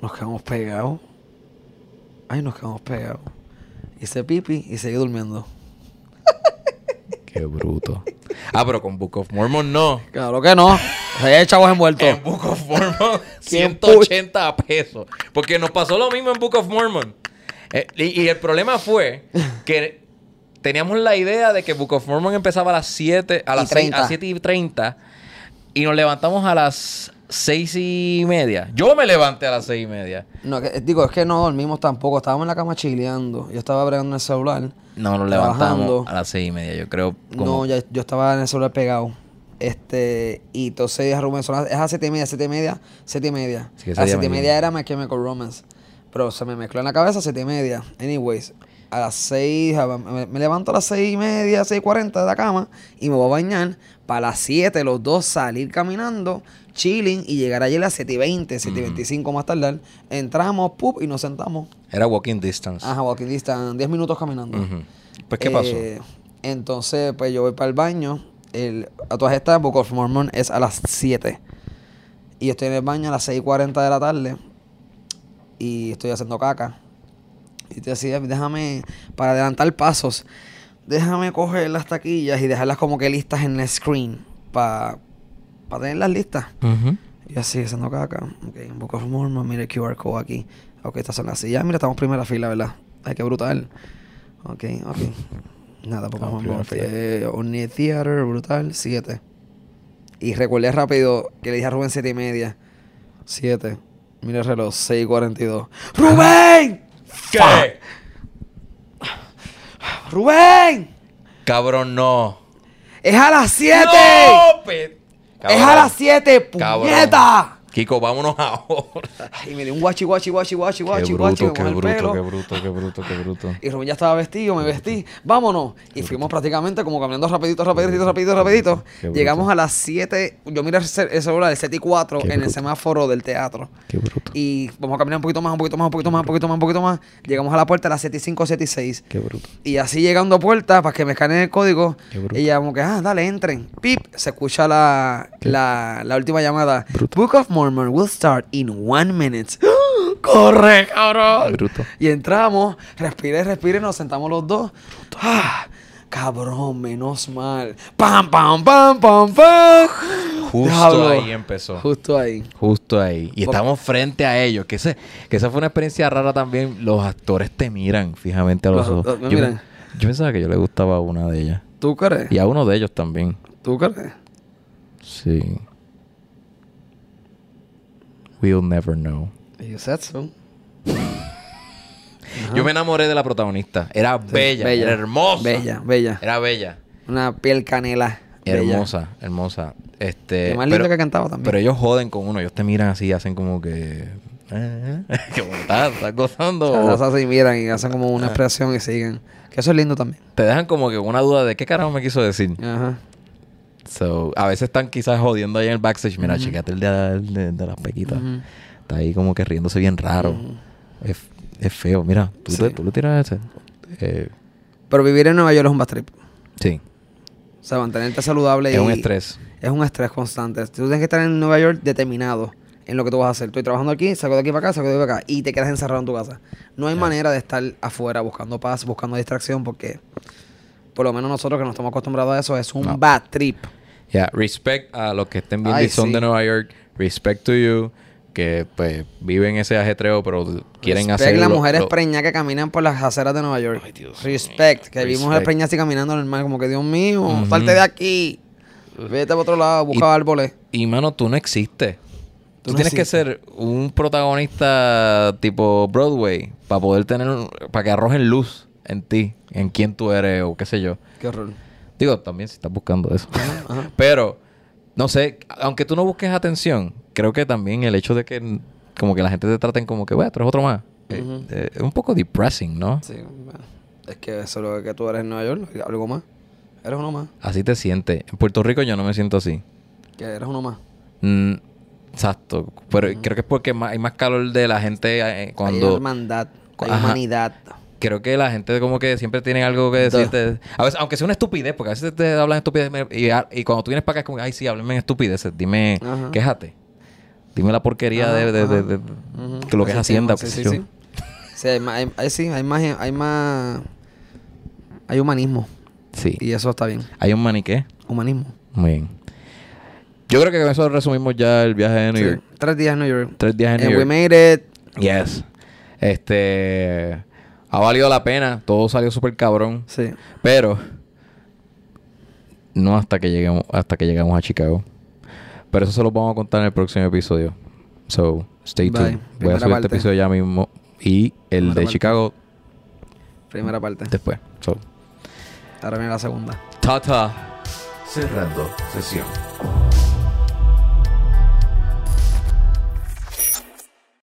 [SPEAKER 3] Nos quedamos pegados. Ay, nos quedamos pegados. Hice pipi y seguí durmiendo.
[SPEAKER 2] Qué bruto. Ah, pero con Book of Mormon no.
[SPEAKER 3] Claro que no. Hay chavos envueltos.
[SPEAKER 2] En Book of Mormon,
[SPEAKER 3] ¿Quién
[SPEAKER 2] 180 pesos. Porque nos pasó lo mismo en Book of Mormon. Eh, y, y el problema fue que teníamos la idea de que Book of Mormon empezaba a las 7, a
[SPEAKER 3] Y
[SPEAKER 2] las 6,
[SPEAKER 3] 30.
[SPEAKER 2] a 7 y 30. Y nos levantamos a las 6 y media. Yo me levanté a las 6 y media.
[SPEAKER 3] No, que- digo, es que no dormimos tampoco. Estábamos en la cama chileando. Yo estaba bregando en el celular.
[SPEAKER 2] No, nos
[SPEAKER 3] Trabajando.
[SPEAKER 2] levantamos a las 6 y media, yo creo.
[SPEAKER 3] No, ya, yo estaba en el celular pegado. Este, y entonces dije a Rubén, son las- es a siete y media, siete y media, siete y media.
[SPEAKER 2] Sí, que ese
[SPEAKER 3] a
[SPEAKER 2] día
[SPEAKER 3] las siete y
[SPEAKER 2] me-
[SPEAKER 3] media era My Chemical Romance. Pero se me mezcló en la cabeza siete y media. Anyways, a las seis, a- me, me levanto a las seis y media, seis y cuarenta de la cama y me voy a bañar. Para las siete, los dos salir caminando, chilling y llegar allí a las siete y veinte, siete y veinticinco más tardar. Entramos, pup, y nos sentamos.
[SPEAKER 2] Era walking distance.
[SPEAKER 3] Ajá, walking distance, 10 minutos caminando.
[SPEAKER 2] Ujú. Pues, ¿qué pasó?
[SPEAKER 3] Eh, entonces, pues yo voy para el baño. El, a todas estas, Book of Mormon es a las 7. Y yo estoy en el baño a las 6.40 de la tarde. Y estoy haciendo caca. Y te decía, déjame, para adelantar pasos, déjame coger las taquillas y dejarlas como que listas en el screen. Para tenerlas listas.
[SPEAKER 2] Ujú.
[SPEAKER 3] Y así, haciendo caca. Ok, en Book of Mormon, mira el QR code aquí. Ok, estas son las sillas. Mira, estamos primera fila, ¿verdad? Ay, qué brutal. Ok, ok. Nada, porque
[SPEAKER 2] Vamos,
[SPEAKER 3] Juan
[SPEAKER 2] primero
[SPEAKER 3] Monte. Omni Theater, brutal, 7. Y recordé rápido que le dije a Rubén 7 y media. 7. Mira el reloj, 6 y 42. ¡Rubén!
[SPEAKER 2] ¿Qué?
[SPEAKER 3] ¡Rubén!
[SPEAKER 2] Cabrón, no.
[SPEAKER 3] ¡Es a las 7!
[SPEAKER 2] ¡No! pe-
[SPEAKER 3] ¡Es
[SPEAKER 2] Cabrón.
[SPEAKER 3] a las 7,
[SPEAKER 2] Cabrón.
[SPEAKER 3] puñeta!
[SPEAKER 2] Kiko, vámonos ahora.
[SPEAKER 3] Y me dio un guachi, guachi, guachi, guachi, guachi, guachi. me mojó el pelo.
[SPEAKER 2] bruto, qué bruto, qué bruto.
[SPEAKER 3] Y Rubén ya estaba vestido, me vestí, vámonos. Y fuimos prácticamente como caminando rapidito, rapidito, rapidito, rapidito.
[SPEAKER 2] Qué bruto.
[SPEAKER 3] Llegamos a las 7, yo miré el cel- el celular, el 7 y 4, en el semáforo del teatro.
[SPEAKER 2] Qué bruto.
[SPEAKER 3] Y vamos a caminar un poquito más, un poquito más, un poquito más, un poquito más, un poquito más. Llegamos a la puerta a las 7 y 5, 7 y 6.
[SPEAKER 2] Qué bruto.
[SPEAKER 3] Y así llegando a puerta, para que me escaneen el código,
[SPEAKER 2] Qué bruto.
[SPEAKER 3] ella como que, ah, dale, entren. Pip, se escucha la, la, la última llamada. Book of Mormon will start in one minute. ¡Corre, cabrón!
[SPEAKER 2] Bruto.
[SPEAKER 3] Y entramos, respire, respire, nos sentamos los dos. ¡Ah! Cabrón, menos mal. ¡Pam, pam, pam, pam, pam!
[SPEAKER 2] Justo
[SPEAKER 3] Diablo.
[SPEAKER 2] ahí empezó.
[SPEAKER 3] Justo ahí.
[SPEAKER 2] Justo ahí. Y estamos frente a ellos. Que, ese, que esa fue una experiencia rara también. Los actores te miran fijamente a los
[SPEAKER 3] Los-
[SPEAKER 2] ojos.
[SPEAKER 3] los- me
[SPEAKER 2] yo,
[SPEAKER 3] miran.
[SPEAKER 2] yo pensaba que yo le gustaba a una de ellas.
[SPEAKER 3] ¿Tú crees?
[SPEAKER 2] Y a uno de ellos también.
[SPEAKER 3] ¿Tú crees?
[SPEAKER 2] Sí. We'll never know.
[SPEAKER 3] You said so.
[SPEAKER 2] Yo me enamoré de la protagonista. Era bella,
[SPEAKER 3] bella.
[SPEAKER 2] era hermosa.
[SPEAKER 3] Bella, bella.
[SPEAKER 2] Era bella.
[SPEAKER 3] Una piel canela. bella.
[SPEAKER 2] Hermosa, hermosa. Este,
[SPEAKER 3] Y más lindo que cantaba también.
[SPEAKER 2] Pero ellos joden con uno. Ellos te miran así y hacen como que... "Ah, ah", como, ¿estás, estás gozando?
[SPEAKER 3] Las
[SPEAKER 2] O
[SPEAKER 3] así miran y hacen como una expresión y siguen. Que eso es lindo también.
[SPEAKER 2] te dejan como que una duda de qué carajo me quiso decir.
[SPEAKER 3] Ajá.
[SPEAKER 2] So, a veces están quizás jodiendo ahí en el backstage. Mira, checate el de, la- el de- de las pequitas. Está ahí como que riéndose bien raro. es, es feo. Mira, tú,
[SPEAKER 3] Sí.
[SPEAKER 2] te- tú lo tiras a ese. Eh,
[SPEAKER 3] Pero vivir en Nueva York es un bad trip.
[SPEAKER 2] sí.
[SPEAKER 3] O sea, mantenerte saludable
[SPEAKER 2] Es un
[SPEAKER 3] y-
[SPEAKER 2] estrés.
[SPEAKER 3] Es un estrés constante. Tú tienes que estar en Nueva York determinado en lo que tú vas a hacer. Estoy trabajando aquí, saco de aquí para acá, saco de aquí para acá. Y te quedas encerrado en tu casa. No hay manera de estar afuera buscando paz, buscando distracción, porque por lo menos nosotros que nos estamos acostumbrados a eso, es un
[SPEAKER 2] No.
[SPEAKER 3] bad trip.
[SPEAKER 2] Ya, respect a los que estén viendo
[SPEAKER 3] Ay,
[SPEAKER 2] y son
[SPEAKER 3] sí.
[SPEAKER 2] de Nueva York. Respect to you. Que pues viven ese ajetreo, pero quieren
[SPEAKER 3] Respect
[SPEAKER 2] hacer.
[SPEAKER 3] las
[SPEAKER 2] lo-
[SPEAKER 3] mujeres
[SPEAKER 2] lo-
[SPEAKER 3] preñas que caminan por las aceras de Nueva York. Respect. Que vimos mujeres
[SPEAKER 2] Respect.
[SPEAKER 3] preñas así caminando normal, como que Dios mío, salte de aquí. Vete para otro lado, busca
[SPEAKER 2] Y-
[SPEAKER 3] árboles.
[SPEAKER 2] Y mano, tú no existes. Tú,
[SPEAKER 3] Tú no
[SPEAKER 2] tienes que
[SPEAKER 3] existes.
[SPEAKER 2] ser un protagonista tipo Broadway para poder tener, un- para que arrojen luz en ti, en quién tú eres o qué sé yo.
[SPEAKER 3] Qué horror.
[SPEAKER 2] Digo, también si estás buscando eso. Pero, no sé, aunque tú no busques atención, creo que también el hecho de que mm, como que la gente te traten como que, bueno, tú eres otro más. eh, eh, es un poco depressing, ¿no?
[SPEAKER 3] Sí, bueno, es que eso es lo que tú eres en Nueva York, algo más. Eres uno más.
[SPEAKER 2] Así te sientes. En Puerto Rico yo no me siento así.
[SPEAKER 3] Que eres uno más.
[SPEAKER 2] Mm, exacto. Pero creo que es porque más- hay más calor de la gente eh,
[SPEAKER 3] Hay una
[SPEAKER 2] cuando...
[SPEAKER 3] hermandad, hay
[SPEAKER 2] Ajá.
[SPEAKER 3] humanidad.
[SPEAKER 2] Creo que la gente como que siempre tiene algo que
[SPEAKER 3] Duh.
[SPEAKER 2] decirte. A veces, aunque sea una estupidez, porque a veces te hablan estupidez me- y, a- y cuando tú vienes para acá es como, ay, sí, háblame en estupideces, dime,
[SPEAKER 3] Ajá.
[SPEAKER 2] quéjate. Dime la porquería
[SPEAKER 3] Ajá,
[SPEAKER 2] de, de-
[SPEAKER 3] ajá.
[SPEAKER 2] de- de-
[SPEAKER 3] Ujú.
[SPEAKER 2] que lo que es
[SPEAKER 3] Ese
[SPEAKER 2] Hacienda.
[SPEAKER 3] tema,
[SPEAKER 2] qué
[SPEAKER 3] Sí,
[SPEAKER 2] sé
[SPEAKER 3] sí,
[SPEAKER 2] yo.
[SPEAKER 3] sí. Sí, hay más, hay- hay- sí, hay más, hay más, hay humanismo
[SPEAKER 2] Sí.
[SPEAKER 3] y eso está bien,
[SPEAKER 2] Hay un maniqué.
[SPEAKER 3] humanismo.
[SPEAKER 2] Muy bien. Yo creo que con eso resumimos ya el viaje de New
[SPEAKER 3] Sí.
[SPEAKER 2] York.
[SPEAKER 3] Tres días en New York.
[SPEAKER 2] Tres días en
[SPEAKER 3] And
[SPEAKER 2] New
[SPEAKER 3] we
[SPEAKER 2] York.
[SPEAKER 3] made it.
[SPEAKER 2] Yes. Este... Ha valido la pena. Todo salió súper cabrón.
[SPEAKER 3] Sí.
[SPEAKER 2] Pero no hasta que lleguemos hasta que llegamos a Chicago. Pero eso se lo vamos a contar en el próximo episodio. So, stay
[SPEAKER 3] Bye.
[SPEAKER 2] tuned. Voy
[SPEAKER 3] Primera
[SPEAKER 2] a subir
[SPEAKER 3] parte.
[SPEAKER 2] este episodio ya mismo y el
[SPEAKER 3] Primera
[SPEAKER 2] de
[SPEAKER 3] parte.
[SPEAKER 2] Chicago
[SPEAKER 3] Primera parte.
[SPEAKER 2] después. So,
[SPEAKER 3] Ahora viene la segunda.
[SPEAKER 2] tata.
[SPEAKER 1] Cerrando sesión.